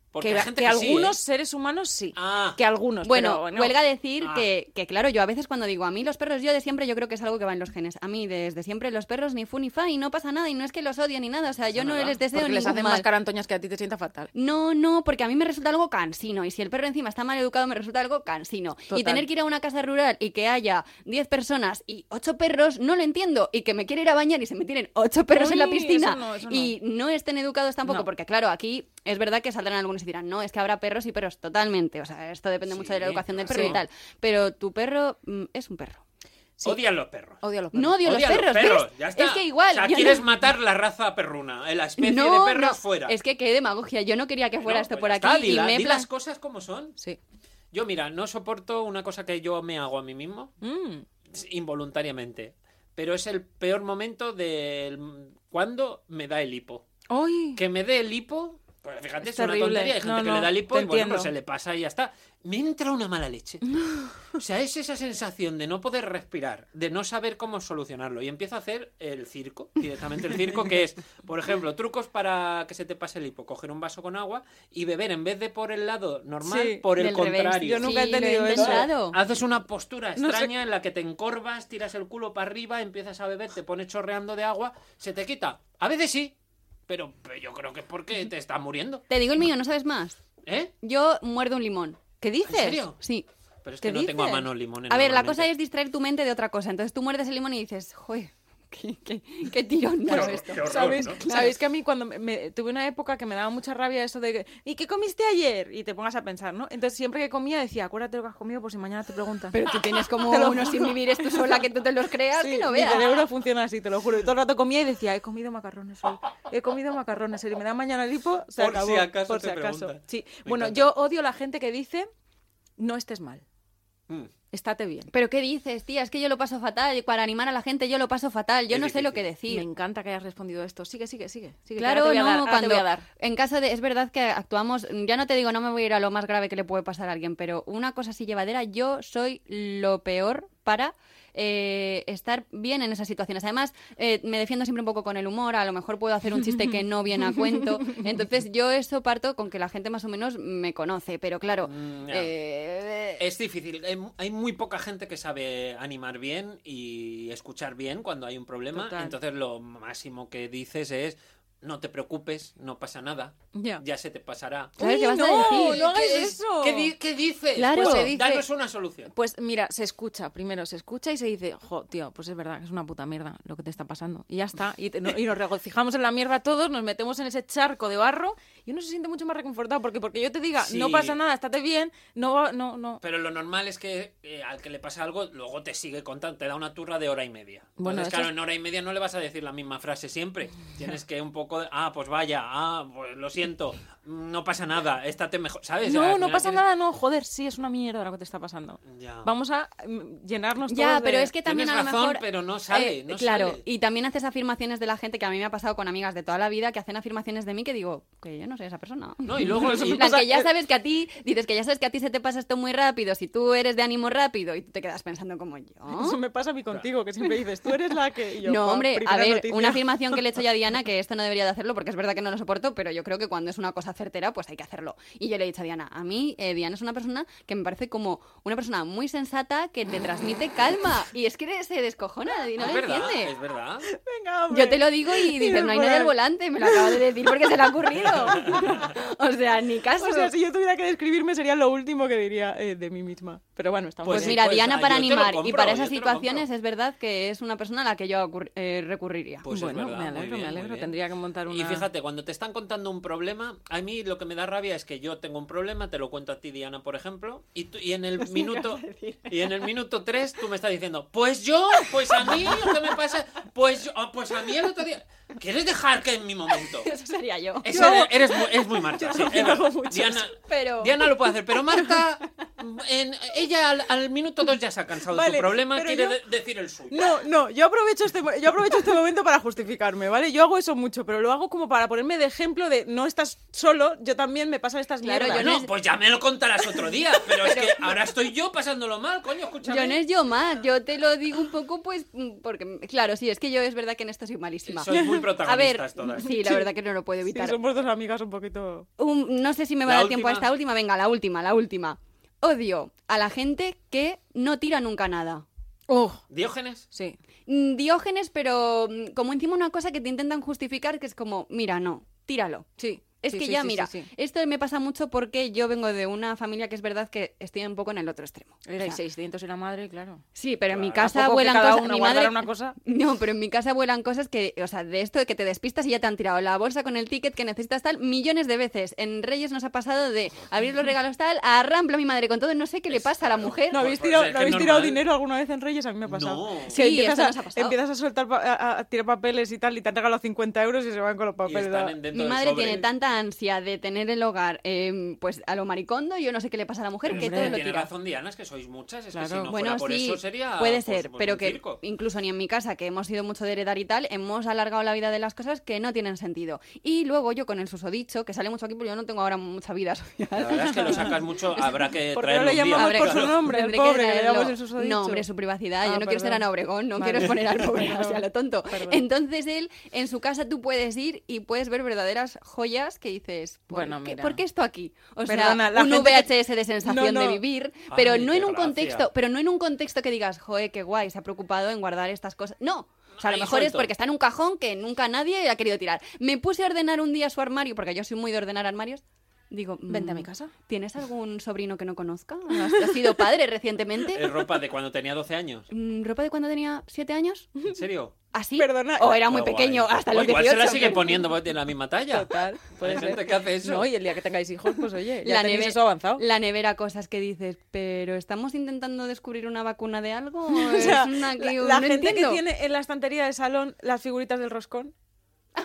[SPEAKER 2] Porque
[SPEAKER 3] que,
[SPEAKER 2] hay gente
[SPEAKER 3] que
[SPEAKER 2] que sí, ¿eh?
[SPEAKER 3] algunos seres humanos sí.
[SPEAKER 2] Ah.
[SPEAKER 3] Que algunos.
[SPEAKER 1] Bueno,
[SPEAKER 3] pero no.
[SPEAKER 1] huelga decir
[SPEAKER 2] Ah.
[SPEAKER 1] que, que, claro, yo a veces cuando digo a mí los perros, yo de siempre, yo creo que es algo que va en los genes. A mí desde siempre los perros ni fu ni fa y no pasa nada y no es que los odie ni nada. O sea, yo no
[SPEAKER 2] nada.
[SPEAKER 1] les deseo
[SPEAKER 3] Porque les
[SPEAKER 1] ningún
[SPEAKER 3] hacen
[SPEAKER 1] mal.
[SPEAKER 3] más carantoñas que a ti te sienta fatal.
[SPEAKER 1] No, no, porque a mí me resulta algo cansino. Y si el perro encima está mal educado, me resulta algo cansino.
[SPEAKER 3] Total.
[SPEAKER 1] Y tener que ir a una casa rural y que haya 10 personas y 8 perros, no lo entiendo. Y que me quiera ir a bañar y se me tiren 8 perros en la
[SPEAKER 3] Uy,
[SPEAKER 1] piscina.
[SPEAKER 3] eso no, eso no.
[SPEAKER 1] Y no estén educados tampoco,
[SPEAKER 3] No.
[SPEAKER 1] porque claro, aquí es verdad que saldrán algunos y dirán, no, es que habrá perros y perros, totalmente. O sea, esto depende mucho de la
[SPEAKER 2] Sí,
[SPEAKER 1] educación del
[SPEAKER 2] claro.
[SPEAKER 1] perro y tal. Pero tu perro mm, es un perro.
[SPEAKER 3] Sí.
[SPEAKER 2] Odian los perros.
[SPEAKER 3] Odio a los perros.
[SPEAKER 1] No odio los
[SPEAKER 2] Odian
[SPEAKER 1] perros, ¿ves?
[SPEAKER 2] ya está.
[SPEAKER 1] Es que igual.
[SPEAKER 2] O sea,
[SPEAKER 1] yo
[SPEAKER 2] quieres
[SPEAKER 1] no-
[SPEAKER 2] matar la raza perruna, eh, la especie
[SPEAKER 1] No,
[SPEAKER 2] de perros
[SPEAKER 1] no.
[SPEAKER 2] fuera.
[SPEAKER 1] Es que qué demagogia. Yo no quería que fuera
[SPEAKER 2] No,
[SPEAKER 1] esto
[SPEAKER 2] pues
[SPEAKER 1] por
[SPEAKER 2] ya
[SPEAKER 1] aquí.
[SPEAKER 2] está,
[SPEAKER 1] y
[SPEAKER 2] di la-
[SPEAKER 1] me he
[SPEAKER 2] di
[SPEAKER 1] plan-
[SPEAKER 2] las cosas como son.
[SPEAKER 3] Sí.
[SPEAKER 2] Yo, mira, no soporto una cosa que yo me hago a mí mismo
[SPEAKER 3] Mm.
[SPEAKER 2] involuntariamente. Pero es el peor momento del cuando me da el hipo.
[SPEAKER 3] Ay.
[SPEAKER 2] Que me dé el hipo, pues fíjate,
[SPEAKER 3] Es
[SPEAKER 2] es, una
[SPEAKER 3] terrible.
[SPEAKER 2] tontería. Hay gente
[SPEAKER 3] No,
[SPEAKER 2] que
[SPEAKER 3] no,
[SPEAKER 2] le da el hipo
[SPEAKER 3] te
[SPEAKER 2] y bueno,
[SPEAKER 3] entiendo.
[SPEAKER 2] pues se le pasa y ya está. Me entra una mala leche. O sea, es esa sensación de no poder respirar, de no saber cómo solucionarlo. Y empiezo a hacer el circo, directamente el circo, que es, por ejemplo, trucos para que se te pase el hipo. Coger un vaso con agua y beber en vez de por el lado normal,
[SPEAKER 3] Sí,
[SPEAKER 2] por el
[SPEAKER 1] del revés.
[SPEAKER 2] contrario.
[SPEAKER 3] Yo nunca he
[SPEAKER 1] Sí, lo
[SPEAKER 3] tenido eso.
[SPEAKER 1] intentado.
[SPEAKER 2] Haces una postura
[SPEAKER 3] No sé.
[SPEAKER 2] extraña en la que te encorvas, tiras el culo para arriba, empiezas a beber, te pones chorreando de agua, se te quita. A veces sí, pero pero yo creo que es porque te estás muriendo.
[SPEAKER 1] Te digo el mío, no sabes más.
[SPEAKER 2] ¿Eh?
[SPEAKER 1] Yo muerdo un limón. ¿Qué dices?
[SPEAKER 2] serio?
[SPEAKER 1] Sí.
[SPEAKER 2] Pero es
[SPEAKER 1] ¿Qué
[SPEAKER 2] que no tengo a
[SPEAKER 1] dices?
[SPEAKER 2] mano limones.
[SPEAKER 1] A ver, la
[SPEAKER 2] normalmente.
[SPEAKER 1] cosa es distraer tu mente de otra cosa. Entonces tú muerdes el limón y dices, joder, qué, qué, qué tirón
[SPEAKER 2] Qué
[SPEAKER 1] da
[SPEAKER 2] horror,
[SPEAKER 1] esto.
[SPEAKER 2] qué horror,
[SPEAKER 3] ¿Sabéis,
[SPEAKER 2] ¿no?
[SPEAKER 3] sabéis que a mí cuando me, me- tuve una época que me daba mucha rabia eso de que, ¿y qué comiste ayer? Y te pongas a pensar, ¿no? Entonces siempre que comía decía, acuérdate lo que has comido por si mañana te preguntan.
[SPEAKER 1] Pero tú tienes como
[SPEAKER 3] Te lo
[SPEAKER 1] unos
[SPEAKER 3] juro.
[SPEAKER 1] inhibires tú sola que tú te los creas
[SPEAKER 3] Sí,
[SPEAKER 1] que no
[SPEAKER 3] mi
[SPEAKER 1] veas.
[SPEAKER 3] cerebro funciona así, te lo juro. Y todo el rato comía y decía, he comido macarrones hoy. He comido macarrones hoy. Y me da mañana el hipo, se
[SPEAKER 2] Por
[SPEAKER 3] acabó.
[SPEAKER 2] si acaso
[SPEAKER 3] por
[SPEAKER 2] te
[SPEAKER 3] si acaso.
[SPEAKER 2] preguntan.
[SPEAKER 3] Sí.
[SPEAKER 2] Me
[SPEAKER 3] Bueno,
[SPEAKER 2] encanta.
[SPEAKER 3] yo odio la gente que dice, no estés mal,
[SPEAKER 2] Mm.
[SPEAKER 3] estate bien.
[SPEAKER 1] Pero ¿qué dices, tía? Es que yo lo paso fatal. Para animar a la gente yo lo paso fatal. Yo
[SPEAKER 2] Es
[SPEAKER 1] no sé lo que
[SPEAKER 2] difícil.
[SPEAKER 1] decir.
[SPEAKER 3] Me encanta que hayas respondido esto. Sigue, sigue, sigue. sigue que
[SPEAKER 1] Claro,
[SPEAKER 3] ahora te voy a
[SPEAKER 1] no,
[SPEAKER 3] dar, ahora te
[SPEAKER 1] cuando
[SPEAKER 3] voy a dar.
[SPEAKER 1] en caso de es verdad que actuamos, ya no te digo, no me voy a ir a lo más grave que le puede pasar a alguien, pero una cosa así llevadera, yo soy lo peor para eh, estar bien en esas situaciones. Además, eh, me defiendo siempre un poco con el humor, a lo mejor puedo hacer un chiste que no viene a cuento. Entonces, yo eso parto con que la gente más o menos me conoce, pero claro,
[SPEAKER 2] Mm, ya.
[SPEAKER 1] eh,
[SPEAKER 2] Es difícil. Hay mu- Hay muy poca gente que sabe animar bien y escuchar bien cuando hay un problema.
[SPEAKER 3] Total.
[SPEAKER 2] Entonces lo máximo que dices es no te preocupes, no pasa nada,
[SPEAKER 3] Ya.
[SPEAKER 2] ya se te pasará.
[SPEAKER 1] ¿Sabes
[SPEAKER 3] Uy,
[SPEAKER 1] qué vas a
[SPEAKER 3] no,
[SPEAKER 1] decir?
[SPEAKER 3] no hagáis
[SPEAKER 2] ¿Qué, es-
[SPEAKER 3] eso.
[SPEAKER 2] ¿Qué, di- qué dices?
[SPEAKER 1] Claro.
[SPEAKER 2] Pues,
[SPEAKER 1] Se
[SPEAKER 3] dice-
[SPEAKER 2] danos una solución.
[SPEAKER 3] Pues mira, se escucha, primero se escucha y se dice, jo, tío, pues es verdad que es una puta mierda lo que te está pasando. Y ya está, y, te- no- y nos regocijamos en la mierda todos, nos metemos en ese charco de barro y uno se siente mucho más reconfortado porque porque yo te diga,
[SPEAKER 2] Sí.
[SPEAKER 3] no pasa nada, estate bien, no, va- no, no.
[SPEAKER 2] Pero lo normal es que eh, al que le pasa algo, luego te sigue contando, te da una turra de hora y media.
[SPEAKER 3] Bueno,
[SPEAKER 2] Entonces,
[SPEAKER 3] eso
[SPEAKER 2] claro,
[SPEAKER 3] es-
[SPEAKER 2] en hora y media no le vas a decir la misma frase siempre. Tienes que un poco, de, ah, pues vaya, ah, pues lo siento, mm, no pasa nada, estate mejor, ¿sabes? Al
[SPEAKER 3] No, no
[SPEAKER 2] final
[SPEAKER 3] pasa
[SPEAKER 2] tienes-
[SPEAKER 3] nada, no, joder, sí, es una mierda lo que te está pasando.
[SPEAKER 2] Ya.
[SPEAKER 3] Vamos a mm, llenarnos
[SPEAKER 1] Ya,
[SPEAKER 3] todos
[SPEAKER 1] pero
[SPEAKER 3] de-
[SPEAKER 1] es que también
[SPEAKER 2] Tienes
[SPEAKER 1] a lo
[SPEAKER 2] razón,
[SPEAKER 1] mejor.
[SPEAKER 2] pero no
[SPEAKER 3] eh,
[SPEAKER 2] sale, no
[SPEAKER 1] Eh, claro,
[SPEAKER 2] sale.
[SPEAKER 1] y también haces afirmaciones de la gente que a mí me ha pasado con amigas de toda la vida que hacen afirmaciones de mí que digo, que yo no soy esa persona.
[SPEAKER 2] No, y luego... y-
[SPEAKER 1] Las que ya sabes que a ti, dices que ya sabes que a ti se te pasa esto muy rápido, si tú eres de ánimo rápido y tú te quedas pensando como yo.
[SPEAKER 3] Eso me pasa a mí contigo, que siempre dices, tú eres la que... y yo,
[SPEAKER 1] No,
[SPEAKER 3] "Joder,
[SPEAKER 1] hombre, a
[SPEAKER 3] primera
[SPEAKER 1] ver,
[SPEAKER 3] noticia".
[SPEAKER 1] una afirmación que le he hecho yo a Diana, que esto no debería de hacerlo porque es verdad que no lo soporto, pero yo creo que cuando es una cosa certera, pues hay que hacerlo. Y yo le he dicho a Diana, a mí eh, Diana es una persona que me parece como una persona muy sensata que te transmite calma. Y es que se descojona, y no
[SPEAKER 2] es
[SPEAKER 1] lo
[SPEAKER 2] verdad,
[SPEAKER 1] entiende.
[SPEAKER 2] es verdad.
[SPEAKER 3] Venga, hombre.
[SPEAKER 1] Yo te lo digo y dices, no hay nadie al volante, me lo acaba de decir porque se le ha ocurrido. O sea, ni caso.
[SPEAKER 3] O sea, si yo tuviera que describirme sería lo último que diría eh, de mí misma. Pero bueno, estamos
[SPEAKER 1] Pues
[SPEAKER 2] Pues,
[SPEAKER 1] mira,
[SPEAKER 2] pues,
[SPEAKER 1] Diana
[SPEAKER 2] ah,
[SPEAKER 1] para
[SPEAKER 2] yo te lo
[SPEAKER 1] animar y
[SPEAKER 2] compro,
[SPEAKER 1] para
[SPEAKER 2] yo
[SPEAKER 1] esas
[SPEAKER 2] te lo
[SPEAKER 1] situaciones
[SPEAKER 2] compro.
[SPEAKER 1] es verdad que es una persona a la que yo ocurri- eh, recurriría.
[SPEAKER 2] Pues es
[SPEAKER 3] bueno,
[SPEAKER 2] verdad, muy
[SPEAKER 3] me alegro,
[SPEAKER 2] bien,
[SPEAKER 3] me
[SPEAKER 2] muy
[SPEAKER 3] alegro.
[SPEAKER 2] bien.
[SPEAKER 3] Tendría que montar una.
[SPEAKER 2] Y fíjate, cuando te están contando un problema, a mí lo que me da rabia es que yo tengo un problema, te lo cuento a ti, Diana, por ejemplo, y, tú- y en el minuto y en el minuto 3 tú me estás diciendo, pues yo, pues a mí lo que me pasa, pues yo- ah, pues a mí el otro día, ¿quieres dejar que en mi momento?
[SPEAKER 1] Eso sería yo.
[SPEAKER 2] Eh, Es, eres, eres muy- es muy Marta. sí, es verdad.
[SPEAKER 3] hago mucho
[SPEAKER 2] Diana,
[SPEAKER 1] Pero
[SPEAKER 2] Diana lo puede hacer, pero Marta en- ella al, al minuto dos ya se ha cansado de
[SPEAKER 3] Vale,
[SPEAKER 2] su problema,
[SPEAKER 3] pero
[SPEAKER 2] quiere
[SPEAKER 3] yo-
[SPEAKER 2] de- decir el suyo.
[SPEAKER 3] No, no, yo aprovecho, este, mo- yo aprovecho este momento para justificarme, ¿vale? Yo hago eso mucho, pero lo hago como para ponerme de ejemplo de no estás solo, yo también me pasan estas
[SPEAKER 1] Claro,
[SPEAKER 3] mierdas.
[SPEAKER 1] yo no
[SPEAKER 2] Bueno,
[SPEAKER 1] es-
[SPEAKER 2] pues ya me lo contarás otro día, pero es que ahora estoy yo pasándolo mal, coño, escúchame.
[SPEAKER 1] Yo no es yo más, yo te lo digo un poco, pues, mm, porque, claro, sí, es que yo es verdad que en esto soy malísima.
[SPEAKER 2] Sois muy
[SPEAKER 1] A ver,
[SPEAKER 2] protagonistas todas.
[SPEAKER 1] sí, la verdad que no lo puedo
[SPEAKER 3] Sí,
[SPEAKER 1] evitar.
[SPEAKER 3] somos dos amigas un poquito...
[SPEAKER 1] Un- no sé si me va
[SPEAKER 2] La
[SPEAKER 1] a dar tiempo a
[SPEAKER 2] última.
[SPEAKER 1] esta última, venga, la última, la última. Odio a la gente que no tira nunca nada.
[SPEAKER 3] Oh,
[SPEAKER 2] Diógenes.
[SPEAKER 3] sí.
[SPEAKER 1] Mm, Diógenes, pero mm, como encima una cosa que te intentan justificar, que es como, mira, no, tíralo.
[SPEAKER 3] Sí,
[SPEAKER 1] Es
[SPEAKER 3] sí,
[SPEAKER 1] que
[SPEAKER 3] sí,
[SPEAKER 1] ya,
[SPEAKER 3] sí,
[SPEAKER 1] mira,
[SPEAKER 3] sí, sí.
[SPEAKER 1] esto me pasa mucho porque yo vengo de una familia que es verdad que estoy un poco en el otro extremo. O
[SPEAKER 3] Era
[SPEAKER 1] sea,
[SPEAKER 3] 600 y la madre, claro.
[SPEAKER 1] Sí, pero en mi
[SPEAKER 3] Claro,
[SPEAKER 1] casa
[SPEAKER 3] tampoco que
[SPEAKER 1] vuelan
[SPEAKER 3] cada
[SPEAKER 1] cosas.
[SPEAKER 3] uno
[SPEAKER 1] Mi
[SPEAKER 3] guardara
[SPEAKER 1] madre...
[SPEAKER 3] una cosa.
[SPEAKER 1] No, pero en mi casa vuelan cosas que, o sea, de esto de que te despistas y ya te han tirado la bolsa con el ticket que necesitas tal, millones de veces. En Reyes nos ha pasado de abrir los regalos tal, arrampla mi madre con todo, no sé qué le pasa a la mujer.
[SPEAKER 3] ¿No habéis
[SPEAKER 2] pues,
[SPEAKER 3] tirado,
[SPEAKER 2] es que
[SPEAKER 3] ¿no habéis
[SPEAKER 2] es
[SPEAKER 3] tirado
[SPEAKER 2] normal.
[SPEAKER 3] dinero alguna vez en Reyes? A mí me ha pasado.
[SPEAKER 2] No.
[SPEAKER 3] Que
[SPEAKER 1] Sí,
[SPEAKER 3] empiezas,
[SPEAKER 1] esto nos
[SPEAKER 3] a,
[SPEAKER 1] ha pasado.
[SPEAKER 3] empiezas a soltar, pa- a, a tirar papeles y tal, y te han regalado 50 euros y se van con los
[SPEAKER 2] Y
[SPEAKER 3] papeles.
[SPEAKER 2] están
[SPEAKER 3] ¿no?
[SPEAKER 2] en- dentro
[SPEAKER 1] Mi
[SPEAKER 2] del
[SPEAKER 1] madre
[SPEAKER 2] sobre.
[SPEAKER 1] tiene tanta ansia de tener el hogar, eh, pues a lo maricondo, yo no sé qué le pasa a la mujer, que
[SPEAKER 2] Hombre,
[SPEAKER 1] todo lo
[SPEAKER 2] tiene
[SPEAKER 1] tira.
[SPEAKER 2] razón Diana, es que sois muchas, es
[SPEAKER 3] Claro.
[SPEAKER 2] que si no
[SPEAKER 1] Bueno,
[SPEAKER 2] fuera por
[SPEAKER 1] sí,
[SPEAKER 2] eso sería
[SPEAKER 1] puede
[SPEAKER 2] pues,
[SPEAKER 1] ser,
[SPEAKER 2] pues,
[SPEAKER 1] pero
[SPEAKER 2] un
[SPEAKER 1] que
[SPEAKER 2] circo.
[SPEAKER 1] incluso ni en mi casa, que hemos sido mucho de heredar y tal, hemos alargado la vida de las cosas que no tienen sentido. Y luego yo con el susodicho, que sale mucho aquí, porque yo no tengo ahora mucha vida social.
[SPEAKER 2] La verdad es que lo sacas mucho, habrá que
[SPEAKER 3] ¿Por qué
[SPEAKER 2] traerlo
[SPEAKER 3] no le
[SPEAKER 2] un día.
[SPEAKER 3] llamamos
[SPEAKER 1] Habrá
[SPEAKER 3] por
[SPEAKER 1] que-
[SPEAKER 3] su nombre? El
[SPEAKER 1] tendré que
[SPEAKER 3] pobre, le
[SPEAKER 1] traerlo.
[SPEAKER 3] llamamos el susodicho.
[SPEAKER 1] No, hombre, su privacidad.
[SPEAKER 3] Ah,
[SPEAKER 1] yo no quiero ser
[SPEAKER 3] perdón.
[SPEAKER 1] Ana Obregón, no
[SPEAKER 3] Vale.
[SPEAKER 1] quiero exponer al pobre
[SPEAKER 3] Perdón.
[SPEAKER 1] o sea, lo tonto.
[SPEAKER 3] Perdón.
[SPEAKER 1] Entonces él, en su casa tú puedes ir y puedes ver verdaderas joyas que dices, ¿por,
[SPEAKER 3] Bueno,
[SPEAKER 1] qué,
[SPEAKER 3] mira.
[SPEAKER 1] ¿por qué esto aquí? O sea,
[SPEAKER 3] Perdona, la
[SPEAKER 1] un
[SPEAKER 3] gente que-
[SPEAKER 1] VHS de sensación
[SPEAKER 3] No,
[SPEAKER 1] de
[SPEAKER 3] no.
[SPEAKER 1] vivir, pero
[SPEAKER 2] Ay,
[SPEAKER 1] no
[SPEAKER 2] qué
[SPEAKER 1] en un
[SPEAKER 2] gracia.
[SPEAKER 1] contexto, pero no en un contexto que digas, joe, qué guay, se ha preocupado en guardar estas cosas. No. O sea, a lo
[SPEAKER 2] Ahí
[SPEAKER 1] mejor es
[SPEAKER 2] suelto.
[SPEAKER 1] porque está en un cajón que nunca nadie ha querido tirar. Me puse a ordenar un día su armario, porque yo soy muy de ordenar armarios. Digo,
[SPEAKER 3] Vente a
[SPEAKER 1] mm,
[SPEAKER 3] mi casa.
[SPEAKER 1] ¿Tienes algún sobrino que no conozca? ¿Has, has sido padre recientemente?
[SPEAKER 3] Eh.
[SPEAKER 2] Es eh, ropa de cuando tenía 12 años.
[SPEAKER 1] Mm, ¿Ropa de cuando tenía siete años?
[SPEAKER 2] ¿En serio?
[SPEAKER 1] ¿Así?
[SPEAKER 3] Perdona. Pues
[SPEAKER 1] O era muy
[SPEAKER 2] Ah, guay.
[SPEAKER 1] pequeño, hasta
[SPEAKER 2] O
[SPEAKER 1] los
[SPEAKER 2] igual
[SPEAKER 1] 18.
[SPEAKER 2] se la sigue
[SPEAKER 1] pero-
[SPEAKER 2] poniendo porque tiene la misma talla.
[SPEAKER 3] Total, puede
[SPEAKER 2] Hay
[SPEAKER 3] ser.
[SPEAKER 2] gente que hace eso.
[SPEAKER 3] No, y el día que tengáis hijos, pues oye, ya
[SPEAKER 1] La
[SPEAKER 3] tenéis
[SPEAKER 1] neve-
[SPEAKER 3] eso avanzado.
[SPEAKER 1] La nevera, cosas que dices, pero ¿estamos intentando descubrir una vacuna de algo? ¿O
[SPEAKER 3] O sea,
[SPEAKER 1] es una que
[SPEAKER 3] la,
[SPEAKER 1] yo
[SPEAKER 3] la
[SPEAKER 1] no
[SPEAKER 3] gente
[SPEAKER 1] entiendo?
[SPEAKER 3] que tiene en la estantería del salón las figuritas del roscón.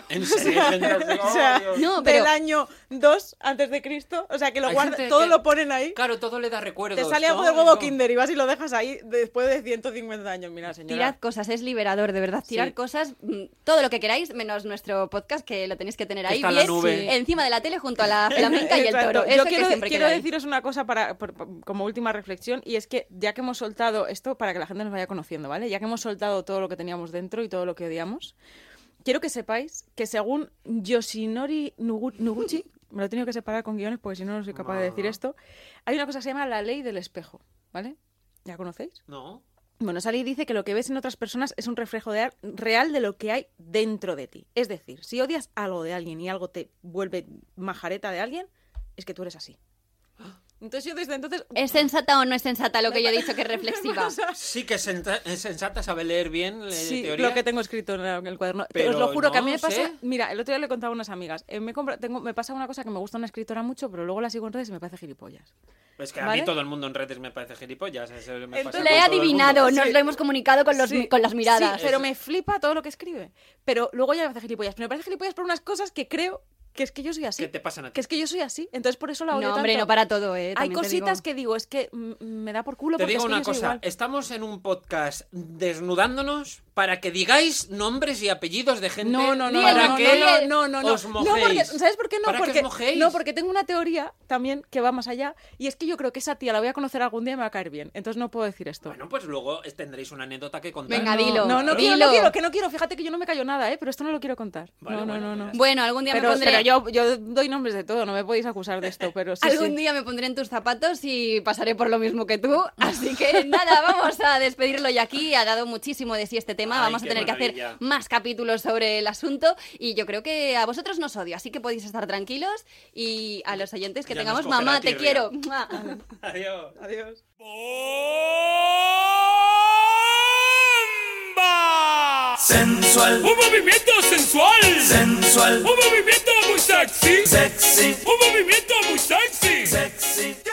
[SPEAKER 2] En serio. gente así,
[SPEAKER 3] o sea,
[SPEAKER 2] oh, Dios.
[SPEAKER 1] No, pero-
[SPEAKER 3] del año 2 antes de Cristo, o sea, que lo
[SPEAKER 2] Hay
[SPEAKER 3] guardan,
[SPEAKER 2] gente
[SPEAKER 3] todo
[SPEAKER 2] que-
[SPEAKER 3] lo ponen ahí.
[SPEAKER 2] Claro, todo le da recuerdos.
[SPEAKER 3] Te sale algo
[SPEAKER 2] Todo,
[SPEAKER 3] del huevo
[SPEAKER 2] todo.
[SPEAKER 3] Kinder y vas y lo dejas ahí después de 150 años, mira, señora.
[SPEAKER 1] Tirad cosas, es liberador, de verdad. Tirad
[SPEAKER 3] Sí.
[SPEAKER 1] cosas, mm, todo lo que queráis, menos nuestro podcast, que lo tenéis que tener
[SPEAKER 2] Que
[SPEAKER 1] ahí
[SPEAKER 2] está en la
[SPEAKER 1] bien,
[SPEAKER 2] nube.
[SPEAKER 1] encima de la tele, junto a la flamenca y el
[SPEAKER 3] Exacto.
[SPEAKER 1] toro. Eso
[SPEAKER 3] Yo
[SPEAKER 1] que
[SPEAKER 3] quiero,
[SPEAKER 1] siempre
[SPEAKER 3] quiero
[SPEAKER 1] queda ahí.
[SPEAKER 3] deciros una cosa para, por- por- como última reflexión, y es que ya que hemos soltado esto para que la gente nos vaya conociendo, ¿vale? Ya que hemos soltado todo lo que teníamos dentro y todo lo que odiamos, quiero que sepáis que según Yoshinori Nugu- Noguchi, me lo he tenido que separar con guiones porque si no, no soy capaz de decir esto, hay una cosa que se llama la ley del espejo, ¿vale? ¿Ya conocéis?
[SPEAKER 2] No.
[SPEAKER 3] Bueno, esa ley dice que lo que ves en otras personas es un reflejo de- real de lo que hay dentro de ti. Es decir, si odias algo de alguien y algo te vuelve majareta de alguien, es que tú eres así. Entonces yo desde entonces...
[SPEAKER 1] ¿Es sensata o no es sensata lo que yo he dicho que es reflexiva?
[SPEAKER 2] Sí que es senta- es sensata sabe leer bien eh,
[SPEAKER 3] Sí,
[SPEAKER 2] teoría.
[SPEAKER 3] lo que tengo escrito en el- en el cuaderno. Te- Os
[SPEAKER 2] Pero
[SPEAKER 3] lo juro que a mí
[SPEAKER 2] no
[SPEAKER 3] me pasa...
[SPEAKER 2] sé.
[SPEAKER 3] Mira, el otro día le contaba a unas amigas. eh, me, he compra- tengo, me pasa una cosa que me gusta una escritora mucho, pero luego la sigo en redes y me parece gilipollas.
[SPEAKER 2] Es que a
[SPEAKER 3] ¿Vale?
[SPEAKER 2] mí todo el mundo en redes me parece gilipollas. eso me pasa
[SPEAKER 3] Entonces-
[SPEAKER 2] con
[SPEAKER 1] Le he
[SPEAKER 2] todo el mundo.
[SPEAKER 1] adivinado, nos
[SPEAKER 3] Sí.
[SPEAKER 1] lo hemos comunicado con, los,
[SPEAKER 3] Sí,
[SPEAKER 1] con las miradas.
[SPEAKER 3] Sí, pero me flipa todo lo que escribe. Pero luego ya me hace gilipollas. Pero me parece gilipollas por unas cosas que creo que es que yo soy así.
[SPEAKER 2] ¿Qué te pasan a ti?
[SPEAKER 3] que es que yo soy así, entonces por eso la
[SPEAKER 1] No,
[SPEAKER 3] odio
[SPEAKER 1] hombre,
[SPEAKER 3] tanto.
[SPEAKER 1] no para todo, ¿eh?
[SPEAKER 3] Hay
[SPEAKER 1] También te
[SPEAKER 3] cositas
[SPEAKER 1] digo.
[SPEAKER 3] que digo, es que mm, me da por culo
[SPEAKER 2] Te
[SPEAKER 3] porque
[SPEAKER 2] digo
[SPEAKER 3] es que
[SPEAKER 2] una
[SPEAKER 3] yo soy
[SPEAKER 2] cosa,
[SPEAKER 3] igual.
[SPEAKER 2] estamos en un podcast desnudándonos para que digáis nombres y apellidos de eh, gente
[SPEAKER 3] No, no, no,
[SPEAKER 2] para
[SPEAKER 3] no, no,
[SPEAKER 2] que
[SPEAKER 3] no, no, no, no.
[SPEAKER 2] os
[SPEAKER 3] No,
[SPEAKER 2] mojéis.
[SPEAKER 3] porque- ¿Sabes por qué no?
[SPEAKER 2] ¿Para que
[SPEAKER 3] porque,
[SPEAKER 2] os mojéis?
[SPEAKER 3] no, porque tengo una teoría también que va más allá y es que yo creo que esa tía la voy a conocer algún día y me va a caer bien, entonces no puedo decir esto.
[SPEAKER 2] Bueno, pues luego tendréis una anécdota que contar.
[SPEAKER 1] Venga,
[SPEAKER 3] no,
[SPEAKER 1] dilo,
[SPEAKER 3] No, no quiero,
[SPEAKER 1] dilo.
[SPEAKER 3] no quiero, que no quiero, fíjate que yo no me callo nada, ¿eh? pero esto no lo quiero contar.
[SPEAKER 2] Vale,
[SPEAKER 3] no, no,
[SPEAKER 2] bueno,
[SPEAKER 3] no, no.
[SPEAKER 2] mira.
[SPEAKER 1] Bueno, algún día
[SPEAKER 3] Pero,
[SPEAKER 1] me pondré...
[SPEAKER 3] pero yo, yo doy nombres de todo, no me podéis acusar de esto, pero sí,
[SPEAKER 1] Algún
[SPEAKER 3] sí.
[SPEAKER 1] día me pondré en tus zapatos y pasaré por lo mismo que tú. Así que nada, vamos a despedirlo ya aquí. Ha dado muchísimo de sí este tema.
[SPEAKER 2] Ay,
[SPEAKER 1] vamos a
[SPEAKER 2] qué
[SPEAKER 1] tener que hacer
[SPEAKER 2] maravilla.
[SPEAKER 1] más capítulos sobre el asunto. Y yo creo que a vosotros nos odio, así que podéis estar tranquilos. Y a los oyentes que
[SPEAKER 2] Ya
[SPEAKER 1] tengamos,
[SPEAKER 2] nos cogerá
[SPEAKER 1] mamá, te
[SPEAKER 2] tirria".
[SPEAKER 1] quiero.
[SPEAKER 2] Adiós.
[SPEAKER 3] Adiós.
[SPEAKER 5] ¡Bomba!
[SPEAKER 6] Sensual,
[SPEAKER 5] Un movimiento sensual.
[SPEAKER 6] sensual,
[SPEAKER 5] Un movimiento muy sexy.
[SPEAKER 6] sexy,
[SPEAKER 5] Un movimiento muy sexy.
[SPEAKER 6] sexy.